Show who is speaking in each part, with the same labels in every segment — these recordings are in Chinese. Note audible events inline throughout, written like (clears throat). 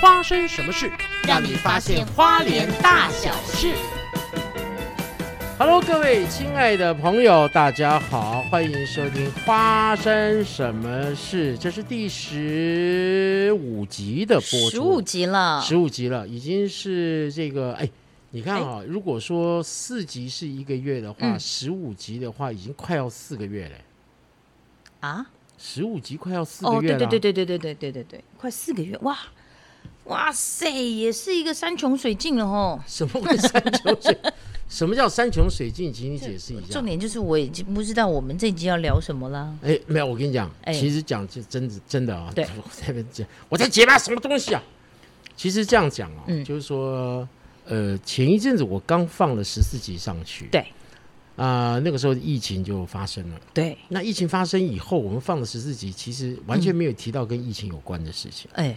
Speaker 1: 发生什么事，
Speaker 2: 让你发现花莲大小事。
Speaker 1: Hello，各位亲爱的朋友，大家好，欢迎收听《发生什么事》，这是第十五集的播出，
Speaker 2: 十五集了，
Speaker 1: 十五集了，已经是这个哎。你看啊、如果说四集是一个月的话，
Speaker 2: 嗯
Speaker 1: 十五、集的话已经快要四个月了，
Speaker 2: 啊？
Speaker 1: 十五集快要四
Speaker 2: 哦，
Speaker 1: 个月了。
Speaker 2: 对对对对对对对对对对，快四个月哇！哇塞，也是一个山穷水尽了哦。
Speaker 1: 什么会山穷水？ (laughs) 什么叫山穷水尽？请你解释一下
Speaker 2: 重。点就是我已经不知道我们这集要聊什么啦。
Speaker 1: 哎，没有，我跟你讲，
Speaker 2: 哎
Speaker 1: 其实讲就真的真的啊，
Speaker 2: 对
Speaker 1: 我在那边讲，我在结巴什么东西啊？其实这样讲啊，
Speaker 2: 嗯
Speaker 1: 就是说，呃，前一阵子我刚放了十四集上去，
Speaker 2: 对
Speaker 1: 啊、那个时候疫情就发生了。
Speaker 2: 对，
Speaker 1: 那疫情发生以后，我们放了十四集，其实完全没有提到跟疫情有关的事情。
Speaker 2: 哎，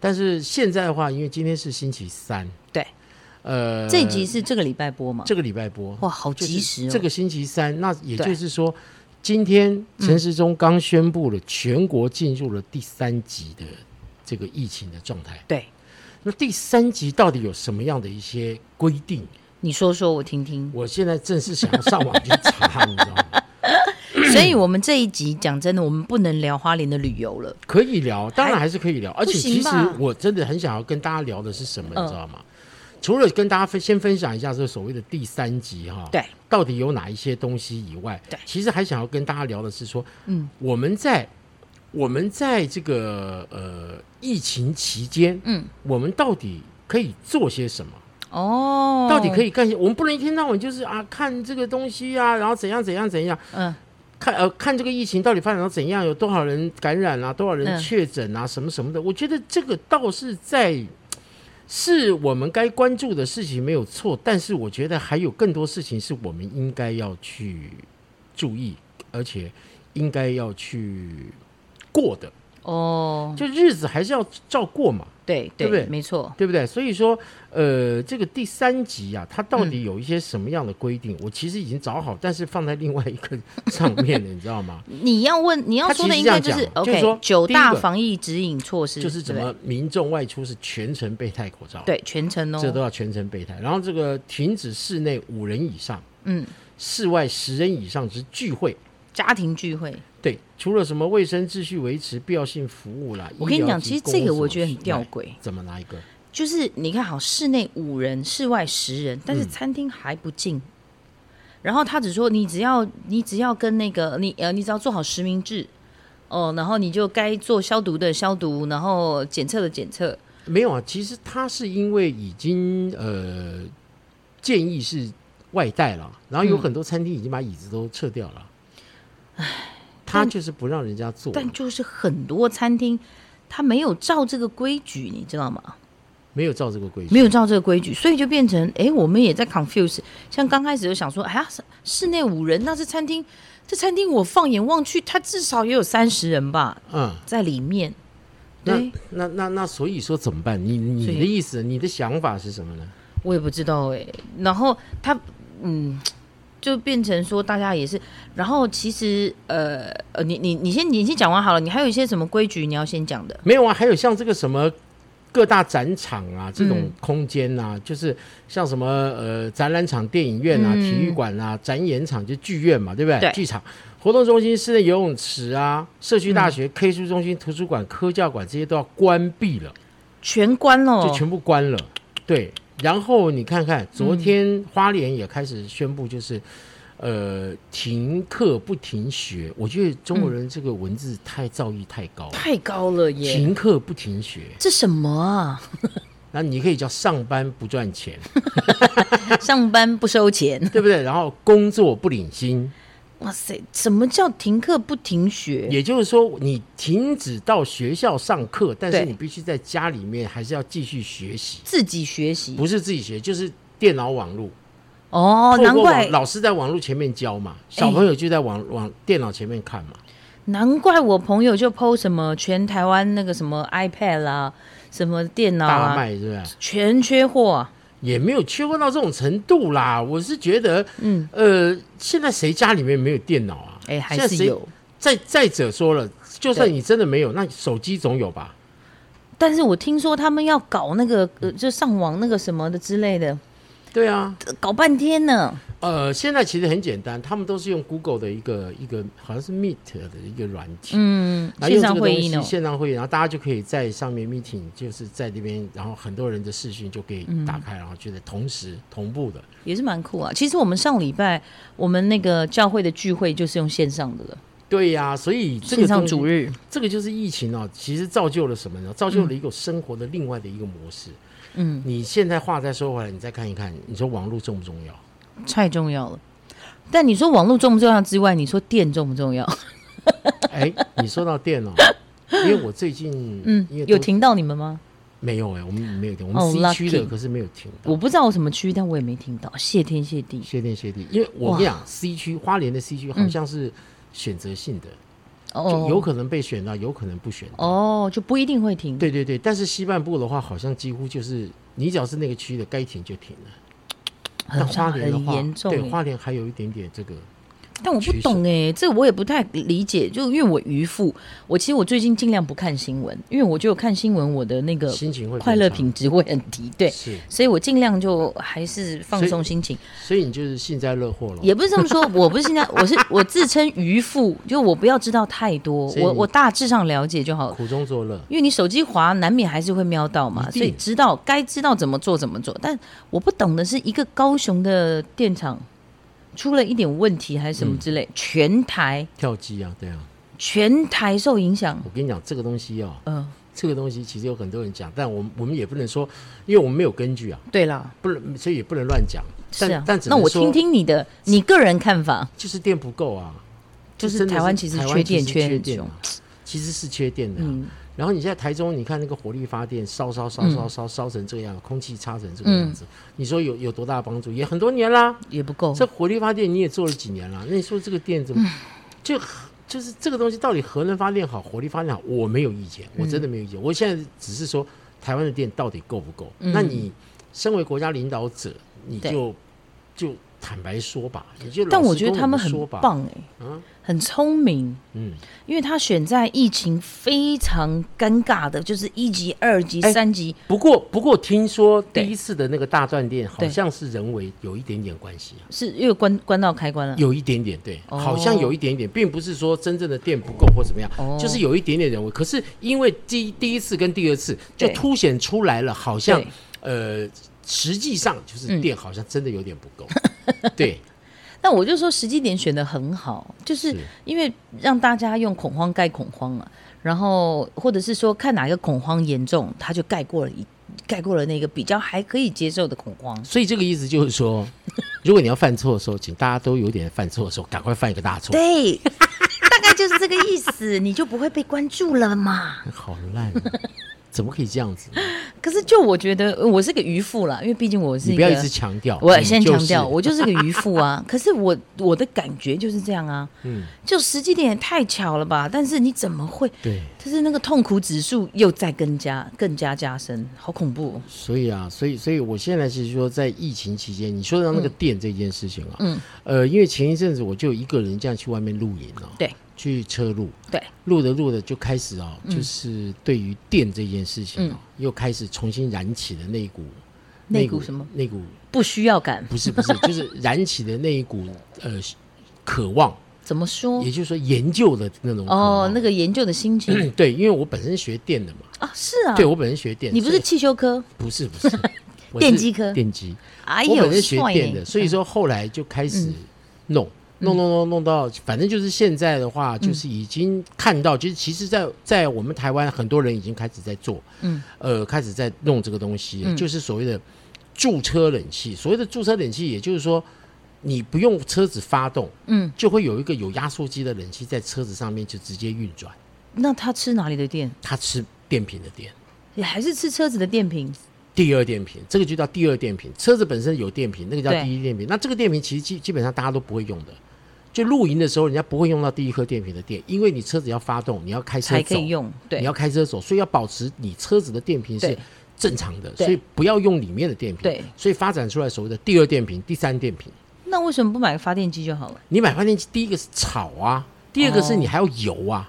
Speaker 1: 但是现在的话，因为今天是星期三，
Speaker 2: 对，
Speaker 1: 呃，
Speaker 2: 这集是这个礼拜播嘛？
Speaker 1: 这个礼拜播，
Speaker 2: 哇，好
Speaker 1: 就是
Speaker 2: 及时哦。
Speaker 1: 这个星期三，那也
Speaker 2: 对
Speaker 1: 就是说，今天陈时中刚宣布了全国进入了第三级的这个疫情的状态。
Speaker 2: 对，
Speaker 1: 那第三级到底有什么样的一些规定？
Speaker 2: 你说说我听听。
Speaker 1: 我现在正是想要上网去查，你知道吗？
Speaker 2: 所以我们这一集讲真的，我们不能聊花莲的旅游了。
Speaker 1: 可以聊，当然还是可以聊。而且其
Speaker 2: 行
Speaker 1: 实
Speaker 2: 吧嗯
Speaker 1: 我真的很想要跟大家聊的是什么，你知道吗？除了跟大家分先分享一下这所谓的第三级哈，
Speaker 2: 对，
Speaker 1: 到底有哪一些东西以外，
Speaker 2: 对
Speaker 1: 其实还想要跟大家聊的是说，
Speaker 2: 嗯，
Speaker 1: 我们在我们在这个呃疫情期间，
Speaker 2: 嗯，
Speaker 1: 我们到底可以做些什么？
Speaker 2: 哦，
Speaker 1: 到底可
Speaker 2: 以？
Speaker 1: 以干些？我们不能一天到晚就是啊看这个东西啊，然后怎样怎样怎样。
Speaker 2: 嗯，
Speaker 1: 看呃看这个疫情到底发展到怎样，有多少人感染啊，多少人
Speaker 2: 嗯
Speaker 1: 确诊啊，什么什么的，我觉得这个倒是在是我们该关注的事情没有错，但是我觉得还有更多事情是我们应该要去注意，而且应该要去过的，
Speaker 2: 哦，
Speaker 1: 就日子还是要照过嘛。
Speaker 2: 对
Speaker 1: 对不对
Speaker 2: 没错。
Speaker 1: 对不对？所以说，呃，这个第三集啊，它到底有一些什么样的规定？我其实已经找好，但是放在另外一个上面了，你知道吗？
Speaker 2: 你要问你要
Speaker 1: 他
Speaker 2: 说
Speaker 1: 其
Speaker 2: 的
Speaker 1: 实
Speaker 2: 应
Speaker 1: 这样
Speaker 2: 该就是
Speaker 1: 讲就是
Speaker 2: OK，
Speaker 1: 说
Speaker 2: 九
Speaker 1: 第一
Speaker 2: 大
Speaker 1: 个
Speaker 2: 防疫指引措施
Speaker 1: 就是怎
Speaker 2: 对不
Speaker 1: 么民众外出是全程备戴口罩，，
Speaker 2: 对对全程哦，
Speaker 1: 这都要全程备戴。然后这个停止室内五人以上、
Speaker 2: 嗯，
Speaker 1: 室外十人以上之聚会。
Speaker 2: 家庭聚会，
Speaker 1: 对，除了什么卫生秩序维持、必要性服务啦，
Speaker 2: 我跟你
Speaker 1: 医疗
Speaker 2: 讲，
Speaker 1: 及
Speaker 2: 其实
Speaker 1: 公
Speaker 2: 这个
Speaker 1: 共哎
Speaker 2: 我
Speaker 1: 所
Speaker 2: 觉得很
Speaker 1: 需
Speaker 2: 吊
Speaker 1: 来
Speaker 2: 诡，
Speaker 1: 怎么哪一个？
Speaker 2: 就是你看好室内五人，室外十人，
Speaker 1: 嗯
Speaker 2: 但是餐厅还不进。然后他只说你只要你只要跟那个你呃你只要做好实名制哦，然后你就该做消毒的消毒，然后检测的检测。
Speaker 1: 没有啊，其实他是因为已经呃建议是外带了，然后有很多餐厅已经把椅子都撤掉了，唉，他就是不让人家坐，
Speaker 2: 嗯但就是很多餐厅他没有照这个规矩，你知道吗？
Speaker 1: 没有照这个规矩，
Speaker 2: 没有照这个规矩，所以就变成哎，诶我们也在 confuse。像刚开始就想说，哎呀，室室内五人，那这餐厅这餐厅我放眼望去，它至少也有三十人吧
Speaker 1: 嗯。
Speaker 2: 在里面。
Speaker 1: 那
Speaker 2: 对，
Speaker 1: 那那那，所以说怎么办？你你
Speaker 2: 所以
Speaker 1: 的意思，你的想法是什么呢？
Speaker 2: 我也不知道哎、然后他嗯，就变成说大家也是，然后其实呃呃，你你你先你先讲完好了，你还有一些什么规矩你要先讲的？
Speaker 1: 没有啊，还有像这个什么各大展场啊，这种
Speaker 2: 嗯
Speaker 1: 空间啊，就是像什么呃展览场、电影院啊、
Speaker 2: 嗯
Speaker 1: 体育馆啊、展演场就剧院嘛，对不对？
Speaker 2: 对
Speaker 1: 剧场、活动中心、室内游泳池啊、社区
Speaker 2: 嗯
Speaker 1: 大学、K 书中心、图书馆、科教馆这些都要关闭了，
Speaker 2: 全关喽，
Speaker 1: 就全部关了。对，然后你看看昨天花莲也开始宣布，就是。呃，停课不停学，我觉得中国人这个文字太造诣太高了。
Speaker 2: 太高了耶！
Speaker 1: 停课不停学，
Speaker 2: 这什么啊？
Speaker 1: 那你可以叫上班不赚钱， (laughs)
Speaker 2: 上班不收钱？
Speaker 1: 对不对？然后工作不领薪，
Speaker 2: 哇塞，什么叫停课不停学？
Speaker 1: 也就是说你停止到学校上课，但是
Speaker 2: 对
Speaker 1: 你必须在家里面还是要继续学习，
Speaker 2: 自己学习
Speaker 1: 不是自己学，就是电脑网络。
Speaker 2: 哦，
Speaker 1: 透
Speaker 2: 难
Speaker 1: 过网
Speaker 2: 怪哎
Speaker 1: 老师在网络前面教嘛，小朋友就在网网电脑前面看嘛。
Speaker 2: 难怪我朋友就 PO 什么全台湾那个什么 iPad 啦、什么电脑
Speaker 1: 大
Speaker 2: 啊，
Speaker 1: 卖对不对？
Speaker 2: 全缺货、啊。
Speaker 1: 也没有缺货到这种程度啦。我是觉得，
Speaker 2: 嗯，
Speaker 1: 呃，现在谁家里面没有电脑啊？
Speaker 2: 哎、还
Speaker 1: 现在
Speaker 2: 是
Speaker 1: 谁
Speaker 2: 有。
Speaker 1: 再再者说了，就算
Speaker 2: 对
Speaker 1: 你真的没有，那手机总有吧？
Speaker 2: 但是我听说他们要搞那个呃，就上网那个什么的之类的，
Speaker 1: 对啊，
Speaker 2: 呃搞半天呢。
Speaker 1: 呃，现在其实很简单，他们都是用 Google 的一个一个好像是 Meet 的一个软体，
Speaker 2: 嗯，
Speaker 1: 然后
Speaker 2: 线
Speaker 1: 用这
Speaker 2: 上
Speaker 1: 个
Speaker 2: 会
Speaker 1: 东
Speaker 2: 议
Speaker 1: 西
Speaker 2: 呢？
Speaker 1: 线上会议，然后大家就可以在上面 meeting，就是在那边，然后很多人的视讯就可以打开，然后就在同时同步的。
Speaker 2: 也是蛮酷啊。其实我们上礼拜我们那个教会的聚会就是用线上的了，
Speaker 1: 对呀、所以这个
Speaker 2: 线上
Speaker 1: 东西
Speaker 2: 主日，
Speaker 1: 这个就是疫情哦，其实造就了什么呢？造就了一个生活的另外的一个模式。
Speaker 2: 嗯，
Speaker 1: 你现在话再说回来，你再看一看，你说网络重不重要？
Speaker 2: 太重要了。但你说网络重不重要之外，你说电重不重要？
Speaker 1: 哎，你说到电
Speaker 2: (laughs)
Speaker 1: 哦，因为我最近
Speaker 2: 嗯
Speaker 1: 因为，都
Speaker 2: 有停到你们吗？
Speaker 1: 没有哎，我们没有停，我
Speaker 2: 哦
Speaker 1: 们 C 区的
Speaker 2: lucky
Speaker 1: 可是没有停到。
Speaker 2: 我不知道我什么区，但我也没听到，谢天谢地。
Speaker 1: 谢天谢地，因为我
Speaker 2: 哇
Speaker 1: 跟你讲，C 区花莲的 C 区好像是选择性的，就
Speaker 2: 哦，
Speaker 1: 有可能被选到，有可能不选到。
Speaker 2: 哦，就不一定会停。
Speaker 1: 对对对，但是西半部的话，好像几乎就是你只要是那个区的，该停就停了。但
Speaker 2: 很
Speaker 1: 花莲的
Speaker 2: 很
Speaker 1: 话
Speaker 2: 严，重
Speaker 1: 对
Speaker 2: 欸。
Speaker 1: 花莲还有一点点这个，
Speaker 2: 但我不
Speaker 1: 取舍
Speaker 2: 懂哎、这我也不太理解。就因为我渔夫，我其实我最近尽量不看新闻，因为我觉得我看新闻我的那个
Speaker 1: 心情会
Speaker 2: 快乐
Speaker 1: 变
Speaker 2: 品质会很低，对
Speaker 1: 差。，是，
Speaker 2: 所以我尽量就还是放松心情。
Speaker 1: 所以你就是幸灾乐祸了。
Speaker 2: 也不是这么
Speaker 1: (laughs)
Speaker 2: 说，我不是现在，我是我自称渔夫，就我不要知道太多，
Speaker 1: 所以
Speaker 2: 我
Speaker 1: 你
Speaker 2: 我大致上了解就好了。
Speaker 1: 苦中作乐，
Speaker 2: 因为你手机滑，难免还是会瞄到嘛，
Speaker 1: 一定
Speaker 2: 所以知道该知道怎么做怎么做。但我不懂的是，一个高雄的电厂出了一点问题还是什么之
Speaker 1: 嗯
Speaker 2: 类，全台
Speaker 1: 跳机啊，对啊。
Speaker 2: 全台受影响。
Speaker 1: 我跟你讲，这个东西哦，
Speaker 2: 嗯、
Speaker 1: 这个东西其实有很多人讲，但我们我们也不能说，因为我们没有根据啊，
Speaker 2: 对啦，
Speaker 1: 不能，所以也不能乱讲。
Speaker 2: 是
Speaker 1: 但
Speaker 2: 啊。
Speaker 1: 但只
Speaker 2: 那
Speaker 1: 能
Speaker 2: 我
Speaker 1: 说
Speaker 2: 听听你的你个人看法，
Speaker 1: 就是电不够啊，
Speaker 2: 就是
Speaker 1: 真的
Speaker 2: 台湾其实
Speaker 1: 台
Speaker 2: 缺
Speaker 1: 湾
Speaker 2: 电
Speaker 1: 其实
Speaker 2: 缺
Speaker 1: 缺
Speaker 2: 很
Speaker 1: 电
Speaker 2: 久
Speaker 1: 啊，其实是缺电的啊、
Speaker 2: 嗯
Speaker 1: 然后你现在台中，你看那个火力发电烧烧烧烧烧烧成这个样，空气差成这个
Speaker 2: 嗯
Speaker 1: 样子，你说有有多大帮助？也很多年啦。
Speaker 2: 也不够
Speaker 1: 这。火力发电你也做了几年啦？那你说这个电
Speaker 2: 嗯
Speaker 1: 怎么就就是这个东西到底核能发电好，火力发电好？我没有意见，我
Speaker 2: 嗯
Speaker 1: 真的没有意见。我现在只是说台湾的电到底够不够？那你身为国家领导者，你
Speaker 2: 嗯对
Speaker 1: 就就坦白说吧，你就
Speaker 2: 但
Speaker 1: 老实
Speaker 2: 我觉得
Speaker 1: 跟
Speaker 2: 他
Speaker 1: 们
Speaker 2: 们很
Speaker 1: 说吧，
Speaker 2: 棒哎、
Speaker 1: 嗯
Speaker 2: 很聪明。
Speaker 1: 嗯，
Speaker 2: 因为他选在疫情非常尴尬的，就是一级、二级、
Speaker 1: 哎
Speaker 2: 三级，
Speaker 1: 不过，不过听说
Speaker 2: 对
Speaker 1: 第一次的那个大断电好
Speaker 2: 对
Speaker 1: 像是人为有一点点关系啊，
Speaker 2: 是因为关关到开关了。
Speaker 1: 有一点点对，
Speaker 2: 嗯哦
Speaker 1: 好像有一点点，并不是说真正的电不够或怎么样
Speaker 2: 哦，
Speaker 1: 就是有一点点人为。可是因为第第一次跟第二次就
Speaker 2: 对
Speaker 1: 凸显出来了，好像
Speaker 2: 对嗯
Speaker 1: 呃，实际上就是电好像真的有点不
Speaker 2: (laughs)
Speaker 1: 够，对，
Speaker 2: 那我就说时机点选的很好，就是
Speaker 1: 是
Speaker 2: 因为让大家用恐慌盖恐慌啊，然后或者是说看哪个恐慌严重，他就盖过了一盖过了那个比较还可以接受的恐慌。
Speaker 1: 所以这个意思就是说，如果你要犯错的时候，请大家都有点犯错的时候，赶快犯一个大错。
Speaker 2: 对，大概就是这个意思，你就不会被关注了嘛。
Speaker 1: (laughs) 好烂啊，怎么可以这
Speaker 2: (laughs)
Speaker 1: 样子呢？
Speaker 2: 可是就我觉得呃我是个渔夫啦，因为毕竟我是
Speaker 1: 你
Speaker 2: 一
Speaker 1: 不
Speaker 2: 个
Speaker 1: 要一直强调，
Speaker 2: 我
Speaker 1: 你
Speaker 2: 先
Speaker 1: 就
Speaker 2: 强
Speaker 1: 是
Speaker 2: 调，我就是个渔夫
Speaker 1: (laughs)
Speaker 2: 啊。可是我我的感觉就是这样啊，
Speaker 1: 嗯，
Speaker 2: 就时机点也太巧了吧？但是你怎么会？
Speaker 1: 对。
Speaker 2: 就是那个痛苦指数又在更加更加加深，好恐怖哦、
Speaker 1: 所以啊，所以所以我现在是说，在疫情期间，你说到那个电这件事情啊，
Speaker 2: 嗯，
Speaker 1: 呃，因为前一阵子我就一个人这样去外面露营啊，
Speaker 2: 对
Speaker 1: 去车路，
Speaker 2: 对，
Speaker 1: 录着录着就开始啊，
Speaker 2: 嗯
Speaker 1: 就是对于电这件事情啊，又开始重新燃起了那一股
Speaker 2: 那股什么？
Speaker 1: 那股
Speaker 2: 不需要感，
Speaker 1: 不是不
Speaker 2: (laughs)
Speaker 1: 是，就是燃起的那一股呃渴望，
Speaker 2: 怎么说
Speaker 1: 也？就是说研究的那种渴
Speaker 2: 哦，
Speaker 1: 望
Speaker 2: 那个研究的
Speaker 1: (clears throat)
Speaker 2: 心情
Speaker 1: 对，因为我本身学电的嘛，
Speaker 2: 啊，是啊，
Speaker 1: 对我本身学电，
Speaker 2: 你不
Speaker 1: 所
Speaker 2: 是
Speaker 1: 以
Speaker 2: 汽修科？
Speaker 1: 不是不
Speaker 2: (laughs)
Speaker 1: 是我是
Speaker 2: 电机科
Speaker 1: 电机。
Speaker 2: 哎
Speaker 1: 我
Speaker 2: 呦，
Speaker 1: 本身学
Speaker 2: 帅
Speaker 1: 电
Speaker 2: 呢
Speaker 1: 的，所以说后来就开始
Speaker 2: 嗯
Speaker 1: 弄。弄弄弄弄到，反正就是现在的话，
Speaker 2: 嗯
Speaker 1: 就是已经看到，就是其实在，在我们台湾，很多人已经开始在做，
Speaker 2: 嗯，
Speaker 1: 呃，开始在弄这个东西了，
Speaker 2: 嗯
Speaker 1: 就是所谓的驻车冷气。所谓的驻车冷气，也就是说，你不用车子发动，
Speaker 2: 嗯，
Speaker 1: 就会有一个有压缩机的冷气在车子上面就直接运转，
Speaker 2: 那他吃哪里的电？
Speaker 1: 它吃电瓶的电。
Speaker 2: 也还是吃车子的电瓶？
Speaker 1: 第二电瓶，这个就叫第二电瓶。车子本身有电瓶，那个叫
Speaker 2: 对
Speaker 1: 第一电瓶。那这个电瓶其实基基本上大家都不会用的，就露营的时候人家不会用到第一颗电瓶的电，因为你车子要发动，你要开车
Speaker 2: 才可
Speaker 1: 走，
Speaker 2: 以用。
Speaker 1: 你
Speaker 2: 对
Speaker 1: 要开车走，所以要保持你车子的电瓶是
Speaker 2: 对
Speaker 1: 正常的，
Speaker 2: 对
Speaker 1: 所以不要用里面的电瓶。
Speaker 2: 对，
Speaker 1: 所以发展出来所谓的第二电瓶、第三电瓶。
Speaker 2: 那为什么不买个发电机就好了？
Speaker 1: 你买发电机，第一个是草啊，第二个是你还要油啊。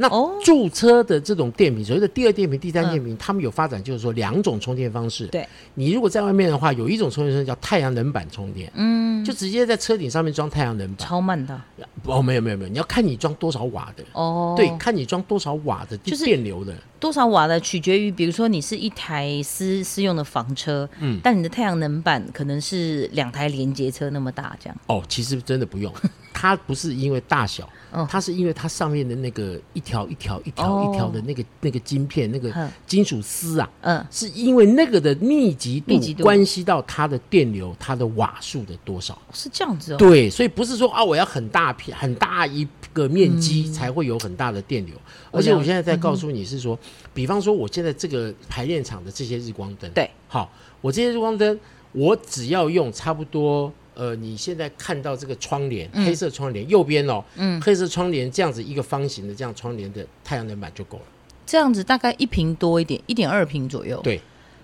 Speaker 1: 那
Speaker 2: 哦嗯
Speaker 1: 驻车的这种电瓶，所谓的第二电瓶、第三电瓶，他们有发展，就是说两种充电方式。
Speaker 2: 对，
Speaker 1: 你如果在外面的话，有一种充电桩叫太阳能板充电，
Speaker 2: 嗯，
Speaker 1: 就直接在车顶上面装太阳能板。
Speaker 2: 超慢的
Speaker 1: 哦，没有没有没有，你要看你装多少瓦的，
Speaker 2: 哦。
Speaker 1: 对，看你装多少瓦的
Speaker 2: 就是
Speaker 1: 电流的。
Speaker 2: 多少瓦的取决于，比如说你是一台私私用的房车，嗯，但你的太阳能板可能是两台连接车那么大，这样
Speaker 1: 哦，其实真的不
Speaker 2: (laughs)
Speaker 1: 用，它不是因为大小
Speaker 2: 嗯，
Speaker 1: 它是因为它上面的那个一条一条一条
Speaker 2: 哦
Speaker 1: 一条的那个那个晶片那
Speaker 2: 嗯
Speaker 1: 个金属丝啊，
Speaker 2: 嗯，
Speaker 1: 是因为那个的密集度
Speaker 2: 密集度
Speaker 1: 关系到它的电流、它的瓦数的多少。
Speaker 2: 是这样子哦。
Speaker 1: 对，所以不是说啊，我要很大片、很大一个面积才会有很大的电流。
Speaker 2: 嗯我
Speaker 1: 而且
Speaker 2: 了嗯
Speaker 1: 我现在在告诉你是说，比方说我现在这个排练场的这些日光灯，
Speaker 2: 对，
Speaker 1: 好，我这些日光灯，我只要用差不多。呃，你现在看到这个窗帘，
Speaker 2: 嗯
Speaker 1: 黑色窗帘右边哦，嗯，黑色窗帘这样子一个方形的这样窗帘的太阳能板就够了，
Speaker 2: 这样子大概一平多一点，一点二平左右。，
Speaker 1: 对，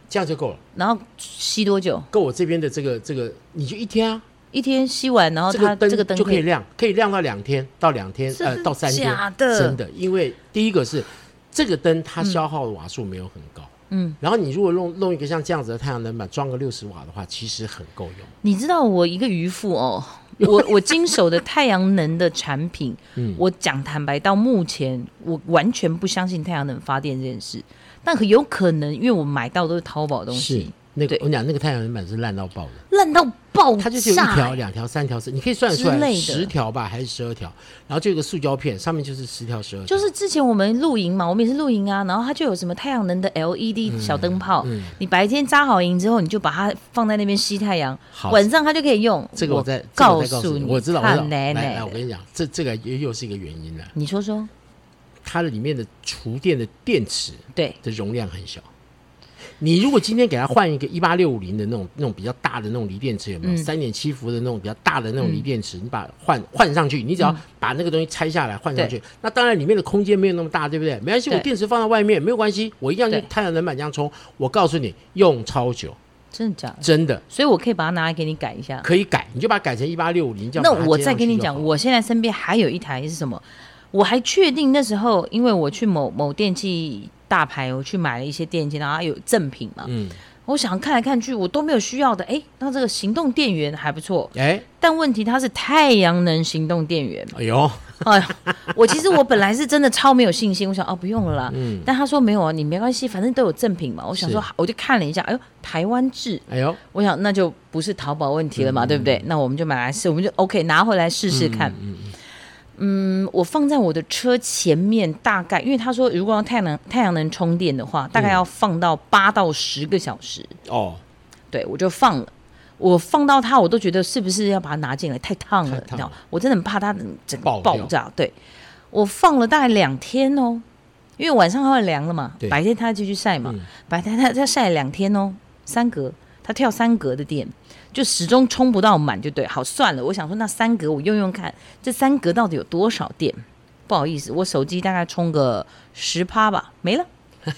Speaker 1: 这样就够了，
Speaker 2: 然后吸多久？
Speaker 1: 够我这边的这个这个，你就一天啊，
Speaker 2: 一天吸完，然后
Speaker 1: 这
Speaker 2: 哦它
Speaker 1: 个灯
Speaker 2: 这个灯
Speaker 1: 就
Speaker 2: 可
Speaker 1: 可
Speaker 2: 以
Speaker 1: 以亮，可以亮到两天到两天，
Speaker 2: 真
Speaker 1: 呃
Speaker 2: 的，
Speaker 1: 到三天
Speaker 2: 假，的
Speaker 1: 真的，因为第一个是这个灯它消耗的瓦数没有很高，
Speaker 2: 嗯，
Speaker 1: 然后你如果弄弄一个像这样子的太阳能板，装个六十瓦的话，其实很够用。
Speaker 2: 你知道我一个渔夫哦，
Speaker 1: (laughs)
Speaker 2: 我我经手的太阳能的产品，
Speaker 1: 嗯
Speaker 2: 我讲坦白，到目前我完全不相信太阳能发电这件事，但很有可能因为我买到都是淘宝的东
Speaker 1: 是
Speaker 2: 西，
Speaker 1: 那个
Speaker 2: 对
Speaker 1: 我跟你讲那个太阳能板是烂到爆的，
Speaker 2: 烂到爆炸，欸
Speaker 1: 它就是有一条、两条、三条、四，你可以算得出
Speaker 2: 之
Speaker 1: 来
Speaker 2: 类的
Speaker 1: 十条吧，还是十二条？然后就有一个塑胶片，上面就是十条、十二条，
Speaker 2: 就是之前我们露营嘛，我们也是露营啊，然后它就有什么太阳能的
Speaker 1: 嗯
Speaker 2: LED 小灯泡，你白天扎好营之后，你就把它放在那边吸太阳，
Speaker 1: 好
Speaker 2: 晚上它就可以用。
Speaker 1: 这个我在这个
Speaker 2: 告
Speaker 1: 我再告诉
Speaker 2: 你，
Speaker 1: 我知道，我知道。
Speaker 2: 看
Speaker 1: 来
Speaker 2: 奶
Speaker 1: 来，我
Speaker 2: 奶，
Speaker 1: 跟你讲，这这个又又是一个原因了，
Speaker 2: 你说说，
Speaker 1: 它的里面的厨电的电池。
Speaker 2: 对，
Speaker 1: 的容量很小。你如果今天给它换一个一八六五零的那种那种比较大的那种锂电池，有
Speaker 2: 嗯
Speaker 1: 没有三点七伏的那种比较大的那种锂电池？你把它换换上去，你只
Speaker 2: 嗯
Speaker 1: 要把那个东西拆下来换上去，那当然里面的空间没有那么大，对不对？没关系，
Speaker 2: 对
Speaker 1: 我电池放在外面没有关系，我一样用
Speaker 2: 对
Speaker 1: 太阳能板这样充。我告诉你，用超久，
Speaker 2: 真的假的？
Speaker 1: 真的
Speaker 2: 所以我可以把它拿来给你改一下。
Speaker 1: 可以改，你就把它改成一八六五零这样
Speaker 2: 那
Speaker 1: 把它接上去就好。
Speaker 2: 我再跟你讲，我现在身边还有一台是什么？我还确定那时候，因为我去某某电器大牌，我去买了一些电器，然后它有赠品嘛。
Speaker 1: 嗯，
Speaker 2: 我想看来看去，我都没有需要的。哎，那这个行动电源还不错，
Speaker 1: 哎，
Speaker 2: 但问题它是太阳能行动电源。 (laughs)
Speaker 1: 哎呦，
Speaker 2: 哎呀，我其实我本来是真的超没有信心，我想哦不用了啦。
Speaker 1: 嗯
Speaker 2: 但他说没有啊，你没关系，反正都有赠品嘛。我想说
Speaker 1: 是，
Speaker 2: 我就看了一下，哎呦，台湾制，
Speaker 1: 哎呦，
Speaker 2: 我想那就不是淘宝问题了嘛，对不对？那我们就买来试，我们就 OK 拿回来试试看。嗯我放在我的车前面，大概因为他说如果要太阳能太阳能充电的话，大概要放到八到十个小时。
Speaker 1: 哦，
Speaker 2: 对我就放了。我放到它，我都觉得是不是要把它拿进来？太烫了，
Speaker 1: 太
Speaker 2: 你知
Speaker 1: 烫
Speaker 2: 道
Speaker 1: 了，
Speaker 2: 我真的很怕它整个
Speaker 1: 爆掉
Speaker 2: 爆炸。对，我放了大概两天哦，因为晚上它会凉了嘛，
Speaker 1: 对
Speaker 2: 白天它继续晒嘛，
Speaker 1: 嗯
Speaker 2: 白天它它晒了两天哦，三格，它跳三格的电，就始终充不到满，就对。好，算了，我想说那三格我用用看，这三格到底有多少电？不好意思，我手机大概充个十趴吧，没了。 (laughs)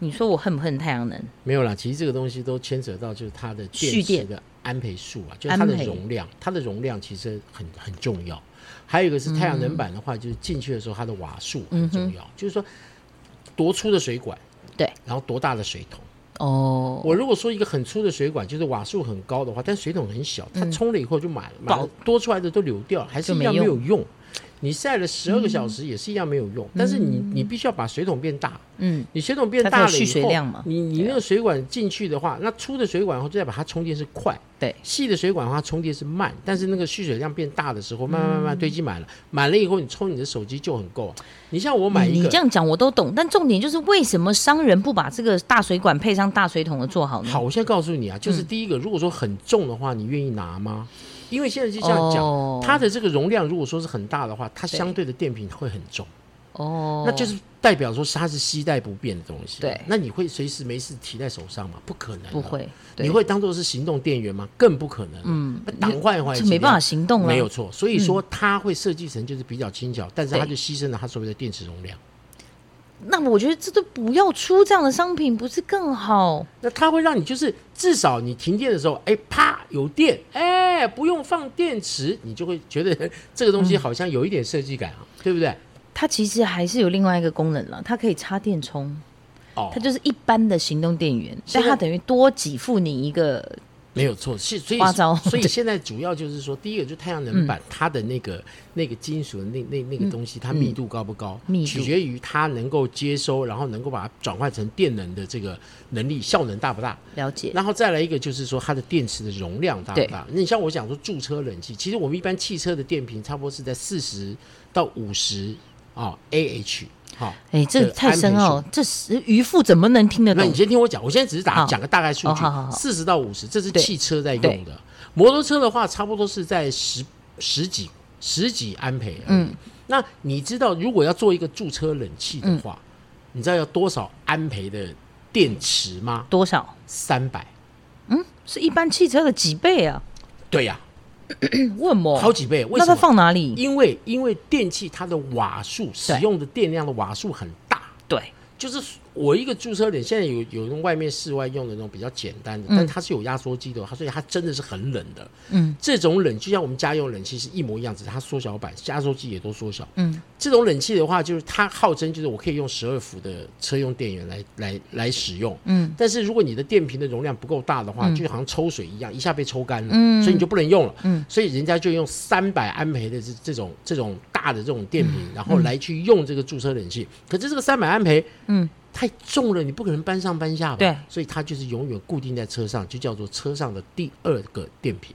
Speaker 2: 你说我恨不恨太阳能？
Speaker 1: 没有啦，其实这个东西都牵扯到就是它的
Speaker 2: 蓄
Speaker 1: 电池
Speaker 2: 电
Speaker 1: 的安培数啊，就是它
Speaker 2: 安培
Speaker 1: 的容量，它的容量其实很很重要。还有一个是太阳能板的话，就是进去的时候它的瓦数很重要，就是说多粗的水管，
Speaker 2: 嗯对，
Speaker 1: 然后多大的水桶。
Speaker 2: 哦，
Speaker 1: 我如果说一个很粗的水管，就是瓦数很高的话，但水桶很小，
Speaker 2: 嗯
Speaker 1: 它冲了以后就满了，满了多出来的都流掉了，还是
Speaker 2: 就
Speaker 1: 一
Speaker 2: 没
Speaker 1: 样没有用。你晒了十二个小时也是一样没有用，但是你你必须要把水桶变大，
Speaker 2: 嗯，
Speaker 1: 你水桶变
Speaker 2: 它才
Speaker 1: 大
Speaker 2: 有
Speaker 1: 了以后，
Speaker 2: 蓄水量嘛啊
Speaker 1: 你你那个水管进去的话，那粗的水管的话就再把它充电是快，
Speaker 2: 对，
Speaker 1: 细的水管的话充电是慢，但是那个蓄水量变大的时候，慢
Speaker 2: 嗯
Speaker 1: 慢慢慢堆积满了，满了以后你充你的手机就很够啊。你像我买
Speaker 2: 嗯你
Speaker 1: 一
Speaker 2: 你这
Speaker 1: 个
Speaker 2: 样讲我都懂，但重点就是为什么商人不把这个大水管配上大水桶的做好呢？
Speaker 1: 好，我先告诉你啊，就是
Speaker 2: 嗯
Speaker 1: 第一个，如果说很重的话，你愿意拿吗？因为现在就这样讲，
Speaker 2: 哦
Speaker 1: 它的这个容量如果说是很大的话，它相对的电瓶会很重。
Speaker 2: 哦，
Speaker 1: 那就是代表说它是携带不便的东西。
Speaker 2: 对
Speaker 1: 那你会随时没事提在手上吗？不可能、
Speaker 2: 不。会，对
Speaker 1: 你会当做是行动电源吗？更不可能。嗯，挡坏坏
Speaker 2: 这没办法行动了，啊嗯
Speaker 1: 没有错，所以说它会设计成就是比较轻巧，但是它
Speaker 2: 对
Speaker 1: 就牺牲了它所谓的电池容量。
Speaker 2: 那我觉得这都不要出这样的商品，不是更好？
Speaker 1: 那它会让你就是至少你停电的时候，哎，啪有电，哎，不用放电池，你就会觉得 (laughs) 这个东
Speaker 2: 嗯
Speaker 1: 西好像有一点设计感啊，对不对？
Speaker 2: 它其实还是有另外一个功能了，它可以插电充，
Speaker 1: 哦
Speaker 2: 它，就是一般的行动电源，
Speaker 1: 现
Speaker 2: 但
Speaker 1: 在
Speaker 2: 它等于多给付你一个
Speaker 1: 没有错，是所以
Speaker 2: 花招
Speaker 1: (laughs)
Speaker 2: 嗯
Speaker 1: 所以现在主要就是说，第一个就太阳能板，它的那个那个金属的那那那个东西，它密度高不高，
Speaker 2: 嗯密度
Speaker 1: 取决于它能够接收，然后能够把它转换成电能的这个能力效能大不大。
Speaker 2: 了解，
Speaker 1: 然后再来一个就是说它的电池的容量大不
Speaker 2: 对
Speaker 1: 大？那你像我讲说驻车冷气，其实我们一般汽车的电瓶差不多是在四十到五十啊 AH 好、
Speaker 2: 哎，这
Speaker 1: 对
Speaker 2: 太深
Speaker 1: 呃安
Speaker 2: 奥，这是渔夫怎么能听得
Speaker 1: 那
Speaker 2: 懂
Speaker 1: 你？先听我讲，我现在只是打
Speaker 2: 好
Speaker 1: 讲个大概数
Speaker 2: 哦
Speaker 1: 据
Speaker 2: 好好，好
Speaker 1: 四十到五十，这是
Speaker 2: 对
Speaker 1: 汽车在用
Speaker 2: 对
Speaker 1: 的。摩托车的话，差不多是在十十几十几安培。嗯，那你知道，如果要做一个驻车冷气的话，
Speaker 2: 嗯
Speaker 1: 你知道要多少安培的电池吗？
Speaker 2: 多少？
Speaker 1: 三百。
Speaker 2: 是一般汽车的几倍啊？嗯
Speaker 1: 对呀、
Speaker 2: 问我，
Speaker 1: 好几倍。为
Speaker 2: 那
Speaker 1: 什
Speaker 2: 它
Speaker 1: 么？
Speaker 2: 放哪里？
Speaker 1: 因为因为电器它的瓦数使用的电量的瓦数很大，
Speaker 2: 对，
Speaker 1: 就是我一个驻车点，现在有有那种外面室外用的那种比较简单的，但它是有压缩机的哦，它所以它真的是很冷的。
Speaker 2: 嗯，
Speaker 1: 这种冷就像我们家用冷气是一模一样，只是它缩小版，压缩机也都缩小。
Speaker 2: 嗯，
Speaker 1: 这种冷气的话，就是它号称就是我可以用十二伏的车用电源来来来使用。
Speaker 2: 嗯，
Speaker 1: 但是如果你的电瓶的容量不够大的话，就好像抽水一样，一下被抽干了，
Speaker 2: 嗯
Speaker 1: 所以你就不能用了。
Speaker 2: 嗯，
Speaker 1: 所以人家就用三百安培的这这种这种大的这种电瓶，然后来去用这个驻车冷气。可是这个三百安培，
Speaker 2: 嗯，
Speaker 1: 太重了，你不可能搬上搬下吧？
Speaker 2: 对
Speaker 1: 所以它就是永远固定在车上，就叫做车上的第二个电瓶。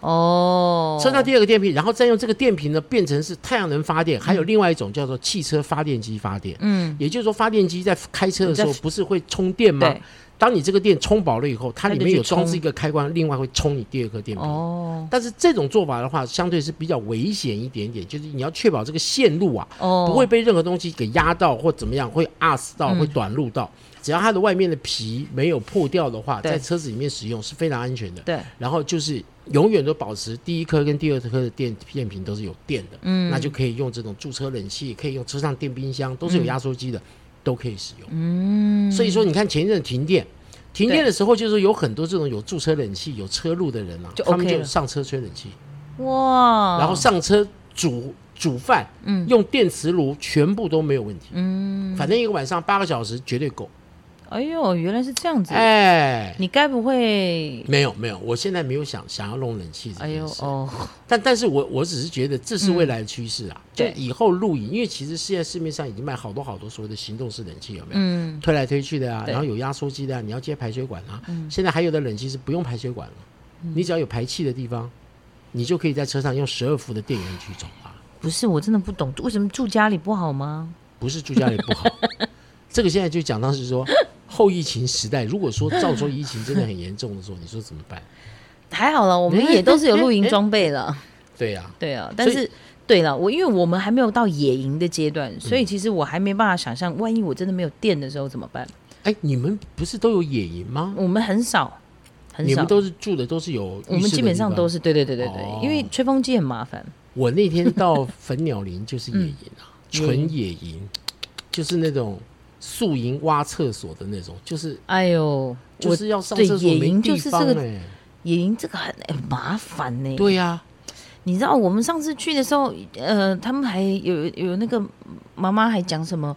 Speaker 2: 哦，
Speaker 1: 车上第二个电瓶，然后再用这个电瓶呢变成是太阳能发电，还有另外一种叫做汽车发电机发电。
Speaker 2: 嗯，
Speaker 1: 也就是说，发电机在开车的时候
Speaker 2: 你在
Speaker 1: 不是会充电吗
Speaker 2: 对？
Speaker 1: 当你这个电充饱了以后，它里
Speaker 2: 它就
Speaker 1: 面
Speaker 2: 去
Speaker 1: 有装置
Speaker 2: 充
Speaker 1: 一个开关，另外会充你第二颗电瓶。
Speaker 2: 哦
Speaker 1: 但是这种做法的话，相对是比较危险一点点，就是你要确保这个线路啊，
Speaker 2: 哦，
Speaker 1: 不会被任何东西给压到或怎么样，会 us 到，
Speaker 2: 嗯
Speaker 1: 会短路到。只要它的外面的皮没有破掉的话，
Speaker 2: 对
Speaker 1: 在车子里面使用是非常安全的。
Speaker 2: 对，
Speaker 1: 然后就是永远都保持第一颗跟第二颗的电电瓶都是有电的，嗯，那就可以用这种驻车冷气，可以用车上电冰箱，都是有压缩机
Speaker 2: 嗯
Speaker 1: 的，都可以使用。嗯，所以说你看前一阵停电。停电的时候，就是有很多这种有驻车冷气、有车路的人啊，
Speaker 2: 就
Speaker 1: 他们
Speaker 2: OK
Speaker 1: 就
Speaker 2: 了啊
Speaker 1: 上车吹冷气，
Speaker 2: 哇，
Speaker 1: 然后上车煮煮饭，嗯，用电磁炉全部都没有问题，嗯，反正一个晚上八个小时绝对够。
Speaker 2: 哎呦，原来是这样子，
Speaker 1: 哎，
Speaker 2: 你该不会？
Speaker 1: 没有没有，我现在没有想想要弄冷气这
Speaker 2: 哎
Speaker 1: 件
Speaker 2: 呦
Speaker 1: 事。
Speaker 2: 哦，
Speaker 1: 但但是我我只是觉得这是未来的趋势啊，就
Speaker 2: 嗯对
Speaker 1: 以后露营，因为其实现在市面上已经卖好多好多所谓的行动式冷气，有没有？
Speaker 2: 嗯，
Speaker 1: 推来推去的啊，
Speaker 2: 对嗯
Speaker 1: 然后有压缩机的啊，你要接排水管啊。现在还有的冷气是不用排水管了，你只要有排气的地方，你就可以在车上用十二伏的电源去走啊。
Speaker 2: 不是，我真的不懂，为什么住家里不好吗？
Speaker 1: 不是住家里不
Speaker 2: (laughs)
Speaker 1: 好，这个现在就讲到是说后疫情时代，如果说照说疫情真的很严重的时候，你说怎么办？
Speaker 2: 还好了，我们也都是 (laughs) 有露营装备了，
Speaker 1: 对呀、
Speaker 2: 对啊，
Speaker 1: 所
Speaker 2: 但
Speaker 1: 以
Speaker 2: 是。对了，我因为我们还没有到野营的阶段，所以其实我还没办法想象，万一我真的没有电的时候怎么办？
Speaker 1: 哎，你们不是都有野营吗？
Speaker 2: 我们很少，很
Speaker 1: 你
Speaker 2: 少
Speaker 1: 们，都是住的都是有，
Speaker 2: 我们基本上都
Speaker 1: 是。
Speaker 2: 是对对对对对，
Speaker 1: 哦
Speaker 2: 因为吹风机很麻烦。
Speaker 1: 我那天到粉鸟林就是野营啊，
Speaker 2: 嗯
Speaker 1: 纯野营，就是那种宿营挖厕所的那种，就是
Speaker 2: 哎呦，
Speaker 1: 就
Speaker 2: 我
Speaker 1: 是要上
Speaker 2: 对
Speaker 1: 厕所
Speaker 2: 野
Speaker 1: 没
Speaker 2: 营
Speaker 1: 地
Speaker 2: 就是
Speaker 1: 方
Speaker 2: 这个
Speaker 1: 哎
Speaker 2: 野营这个很、很麻烦呢、
Speaker 1: 对啊呀，
Speaker 2: 你知道我们上次去的时候，呃，他们还有有那个妈妈还讲什么，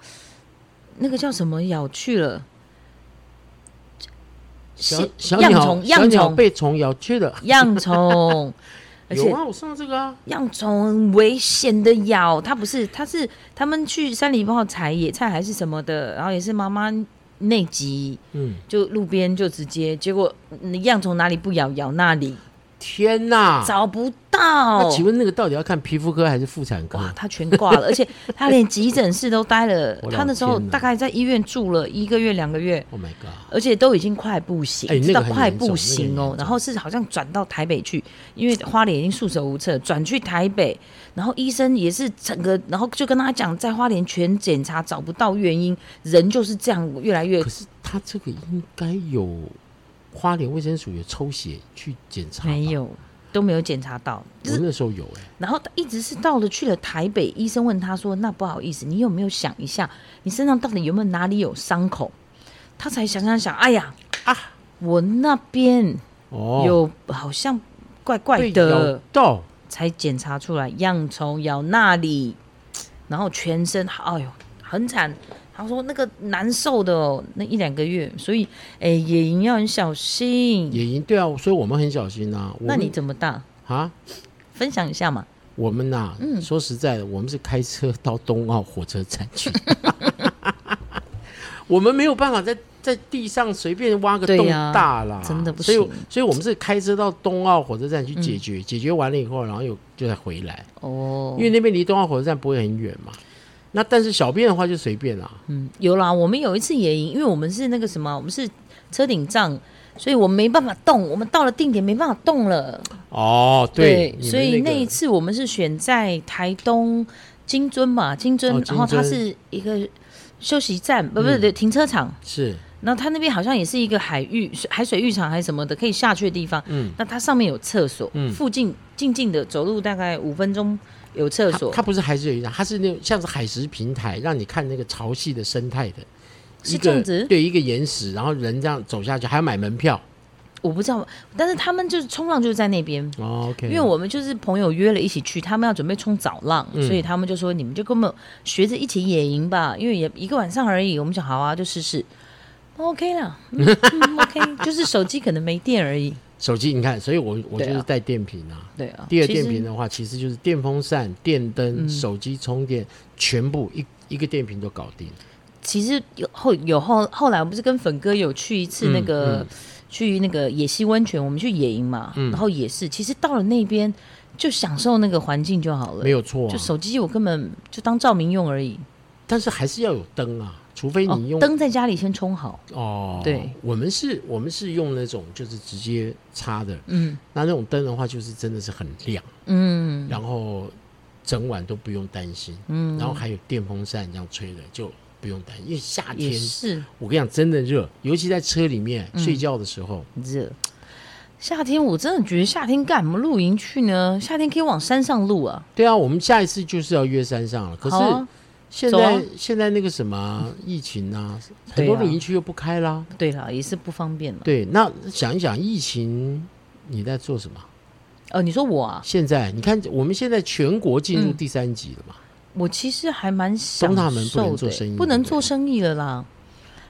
Speaker 2: 那个叫什么咬去了，
Speaker 1: 小
Speaker 2: 是
Speaker 1: 小
Speaker 2: 恙
Speaker 1: 鸟
Speaker 2: 虫
Speaker 1: 小
Speaker 2: 恙
Speaker 1: 鸟
Speaker 2: 虫
Speaker 1: 被虫咬去了，
Speaker 2: (laughs) 恙虫，而
Speaker 1: 有
Speaker 2: 且
Speaker 1: 啊，我上这个啊，
Speaker 2: 恙虫很危险的咬，它不是，它是他们去山里帮采野菜还是什么的，然后也是妈妈内急，
Speaker 1: 嗯，
Speaker 2: 就路边就直接，结果嗯恙虫哪里不咬咬那里，
Speaker 1: 天哪！
Speaker 2: 找不到。
Speaker 1: 那请问那个到底要看皮肤科还是妇产科？
Speaker 2: 哇，他全挂
Speaker 1: (laughs)
Speaker 2: 了，而且他连急诊室都待了
Speaker 1: 我老天。呐
Speaker 2: 他那时候大概在医院住了一个月、两个月，
Speaker 1: Oh my god！
Speaker 2: 而且都已经快不行，
Speaker 1: 哎那个
Speaker 2: 知道
Speaker 1: 很
Speaker 2: 快
Speaker 1: 严重
Speaker 2: 不
Speaker 1: 那
Speaker 2: 行
Speaker 1: 个很
Speaker 2: 哦
Speaker 1: 严。
Speaker 2: 然后是好像转到台北去，因为花莲已经束手无策，转去台北。然后医生也是整个，然后就跟他讲，在花莲全检查找不到原因，人就是这样越来越
Speaker 1: 可是他这个应该有花莲卫生署有抽血去检查，
Speaker 2: 没，有。都没有检查到，就
Speaker 1: 我
Speaker 2: 是
Speaker 1: 那时候有哎、
Speaker 2: 然后他一直是到了去了台北，医生问他说：“那不好意思，你有没有想一下，你身上到底有没有哪里有伤口？”他才想想想，哎呀
Speaker 1: 啊，
Speaker 2: 我那边
Speaker 1: 哦，
Speaker 2: 有好像怪怪
Speaker 1: 被咬
Speaker 2: 的，
Speaker 1: 到，
Speaker 2: 才检查出来样虫咬那里，然后全身，哎呦，很惨。他说那个难受的哦，那一两个月，所以哎，野营要很小心。
Speaker 1: 野营对啊，所以我们很小心呐、我
Speaker 2: 那
Speaker 1: 们
Speaker 2: 你怎么嗯打？
Speaker 1: 啊，
Speaker 2: 分享一下嘛。
Speaker 1: 我们呐、说实在的，我们是开车到冬奥火车站去， (laughs) 我们没有办法在在地上随便挖个
Speaker 2: 对
Speaker 1: 洞
Speaker 2: 呀
Speaker 1: 大啦，
Speaker 2: 真的不
Speaker 1: 所以
Speaker 2: 行，嗯
Speaker 1: 所以我们是开车到冬奥火车站去解决，解决完了以后，然后又就再回来，
Speaker 2: 哦
Speaker 1: 因，为那边离冬奥火车站不会很远嘛。那但是小便的话就随便啦，
Speaker 2: 嗯，有啦，我们有一次野营，因为我们是那个什么，我们是车顶帐，所以我们没办法动，我们到了定点没办法动了。
Speaker 1: 哦，对，你们
Speaker 2: 所以
Speaker 1: 那
Speaker 2: 那
Speaker 1: 个
Speaker 2: 一次我们是选在台东金樽嘛，金樽，
Speaker 1: 哦
Speaker 2: 然后
Speaker 1: 金嗯
Speaker 2: 它
Speaker 1: 樽
Speaker 2: 是一个休息站，不不对，停车场。
Speaker 1: 是
Speaker 2: 那它那边好像也是一个海域、水海水浴场还是什么的，可以下去的地方。
Speaker 1: 嗯，
Speaker 2: 那它上面有厕所，
Speaker 1: 嗯
Speaker 2: 附近静静的走路大概五分钟有厕
Speaker 1: 它
Speaker 2: 所，
Speaker 1: 它不是海水浴场，它是那种像是海蚀平台，让你看那个潮汐的生态的。
Speaker 2: 是
Speaker 1: 一
Speaker 2: 这样
Speaker 1: 个
Speaker 2: 子。
Speaker 1: 对一个岩石，然后人这样走下去，还要买门票。
Speaker 2: 我不知道，但是他们就是冲浪就是在那边。
Speaker 1: 哦、OK，
Speaker 2: 因为我们就是朋友约了一起去，他们要准备冲早浪，
Speaker 1: 嗯
Speaker 2: 所以他们就说你们就跟我们学着一起野营吧，因为也一个晚上而已。我们想好啊，就试试，OK 啦、嗯嗯，OK，就是 (laughs) 手机可能没电而已。
Speaker 1: 手机你看，所以我我
Speaker 2: 对啊
Speaker 1: 就是带电瓶啊。
Speaker 2: 对啊，
Speaker 1: 第二
Speaker 2: 其实嗯
Speaker 1: 电瓶的话，其实就是电风扇、电灯、手机充电，全部一一个电瓶都搞定。
Speaker 2: 其实有后有后后来我们不是跟粉哥有去一次那
Speaker 1: 嗯
Speaker 2: 个、
Speaker 1: 嗯嗯
Speaker 2: 去那个野溪温泉，我们去野营嘛，然后也是，其实到了那边就享受那个环境就好了，
Speaker 1: 没有错、啊
Speaker 2: 就。手机我根本就当照明用而已。
Speaker 1: 但是还是要有灯啊，除非
Speaker 2: 哦
Speaker 1: 你用
Speaker 2: 灯在家里先充好，
Speaker 1: 哦
Speaker 2: 对，
Speaker 1: 我们是我们是用那种就是直接插的，
Speaker 2: 嗯
Speaker 1: 那那种灯的话，就是真的是很亮，
Speaker 2: 嗯。
Speaker 1: 然后整晚都不用担心。
Speaker 2: 嗯
Speaker 1: 然后还有电风扇这样吹的，就不用担心，因为夏
Speaker 2: 也
Speaker 1: 啊天
Speaker 2: 是嗯
Speaker 1: 我跟你讲，真的热，尤其在车里面、睡觉的时候，
Speaker 2: 热。夏天我真的觉得夏天干嘛露营去呢？夏天可以往山上露啊。
Speaker 1: 对啊，我们下一次就是要约山上了。可
Speaker 2: 好
Speaker 1: 是
Speaker 2: 啊
Speaker 1: 现
Speaker 2: 走
Speaker 1: 在、
Speaker 2: 啊
Speaker 1: 现在那个什么疫情啊，很
Speaker 2: 对
Speaker 1: 多
Speaker 2: 啊
Speaker 1: 露营区又不开啦。
Speaker 2: 对了，也是不方便了。
Speaker 1: 对，那想一想疫情，你在做什么？
Speaker 2: 呃，你说我啊，
Speaker 1: 现在你看，我们现在全国进入第三级了嘛？
Speaker 2: 我其实还蛮享
Speaker 1: 东大门不
Speaker 2: 受
Speaker 1: 能
Speaker 2: 的
Speaker 1: 做
Speaker 2: 欸、
Speaker 1: 生意
Speaker 2: 不能
Speaker 1: 对不对
Speaker 2: 做生意了啦。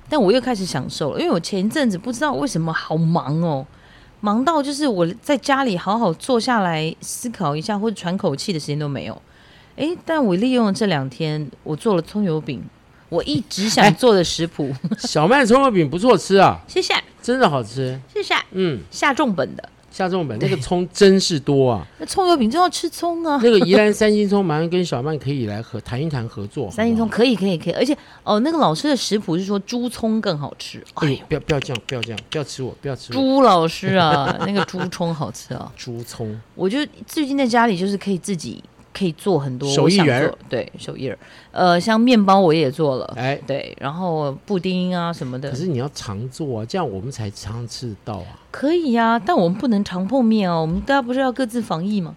Speaker 2: 但我又开始享受了，因为我前一阵子不知道为什么好忙哦，忙到就是我在家里好好坐下来思考一下或者喘口气的时间都没有。诶，但我利用了这两天，我做了葱油饼，我一直
Speaker 1: 哎
Speaker 2: 想做的食谱， (laughs)
Speaker 1: 小麦葱油饼不错吃啊，
Speaker 2: 谢谢
Speaker 1: 真的好吃。
Speaker 2: 谢谢。
Speaker 1: 嗯，
Speaker 2: 下重本的。
Speaker 1: 下这种本那个葱真是多
Speaker 2: (laughs)
Speaker 1: 啊。
Speaker 2: 那葱油饼就要吃葱啊，
Speaker 1: 那个宜兰三星葱，马上跟小曼可以来合谈一谈合作。
Speaker 2: 三星
Speaker 1: 好
Speaker 2: 葱可以可以可以，而且哦，那个老师的食谱是说猪葱更好吃。
Speaker 1: 不好，哎
Speaker 2: 哎
Speaker 1: 呦，不要不要这样，不要这样，不要吃我，不要吃我。
Speaker 2: 朱老师啊， (laughs) 那个猪葱好吃啊！
Speaker 1: 猪葱，
Speaker 2: 我就最近在家里就是可以自己可以做很多
Speaker 1: 手
Speaker 2: 我
Speaker 1: 艺
Speaker 2: 想
Speaker 1: 人儿
Speaker 2: 做，对手艺人儿，呃，像面包我也做了，
Speaker 1: 哎，
Speaker 2: 对，然后布丁啊什么的
Speaker 1: 可是你要常做啊，这样我们才常吃得到啊。
Speaker 2: 可以呀、但我们不能常碰面哦，我们大家不是要各自防疫吗？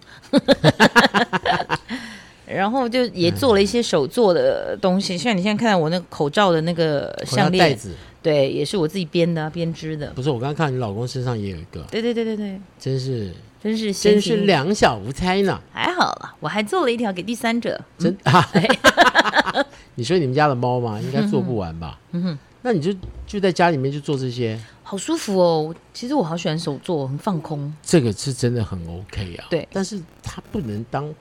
Speaker 2: (laughs) 然后就也
Speaker 1: 嗯
Speaker 2: 做了一些手做的东西，像你现在看到我那个口罩的那个项
Speaker 1: 口罩袋
Speaker 2: 链，啊
Speaker 1: 子，
Speaker 2: 对，也是我自己编的啊、编织的。
Speaker 1: 不是我刚刚看你老公身上也有一个，
Speaker 2: 对对对对对，
Speaker 1: 真是
Speaker 2: 真是
Speaker 1: 真
Speaker 2: 先
Speaker 1: 是
Speaker 2: 行
Speaker 1: 两小无猜呢。
Speaker 2: 还好啦，我还做了一条给第三者。嗯
Speaker 1: 真啊，你说你们家的猫嘛，应该做不完吧？嗯那你就就在家里面就做这些，
Speaker 2: 好舒服哦！其实我好喜欢手做，很放空。
Speaker 1: 这个是真的很 OK 啊。
Speaker 2: 对
Speaker 1: 但是它不能当，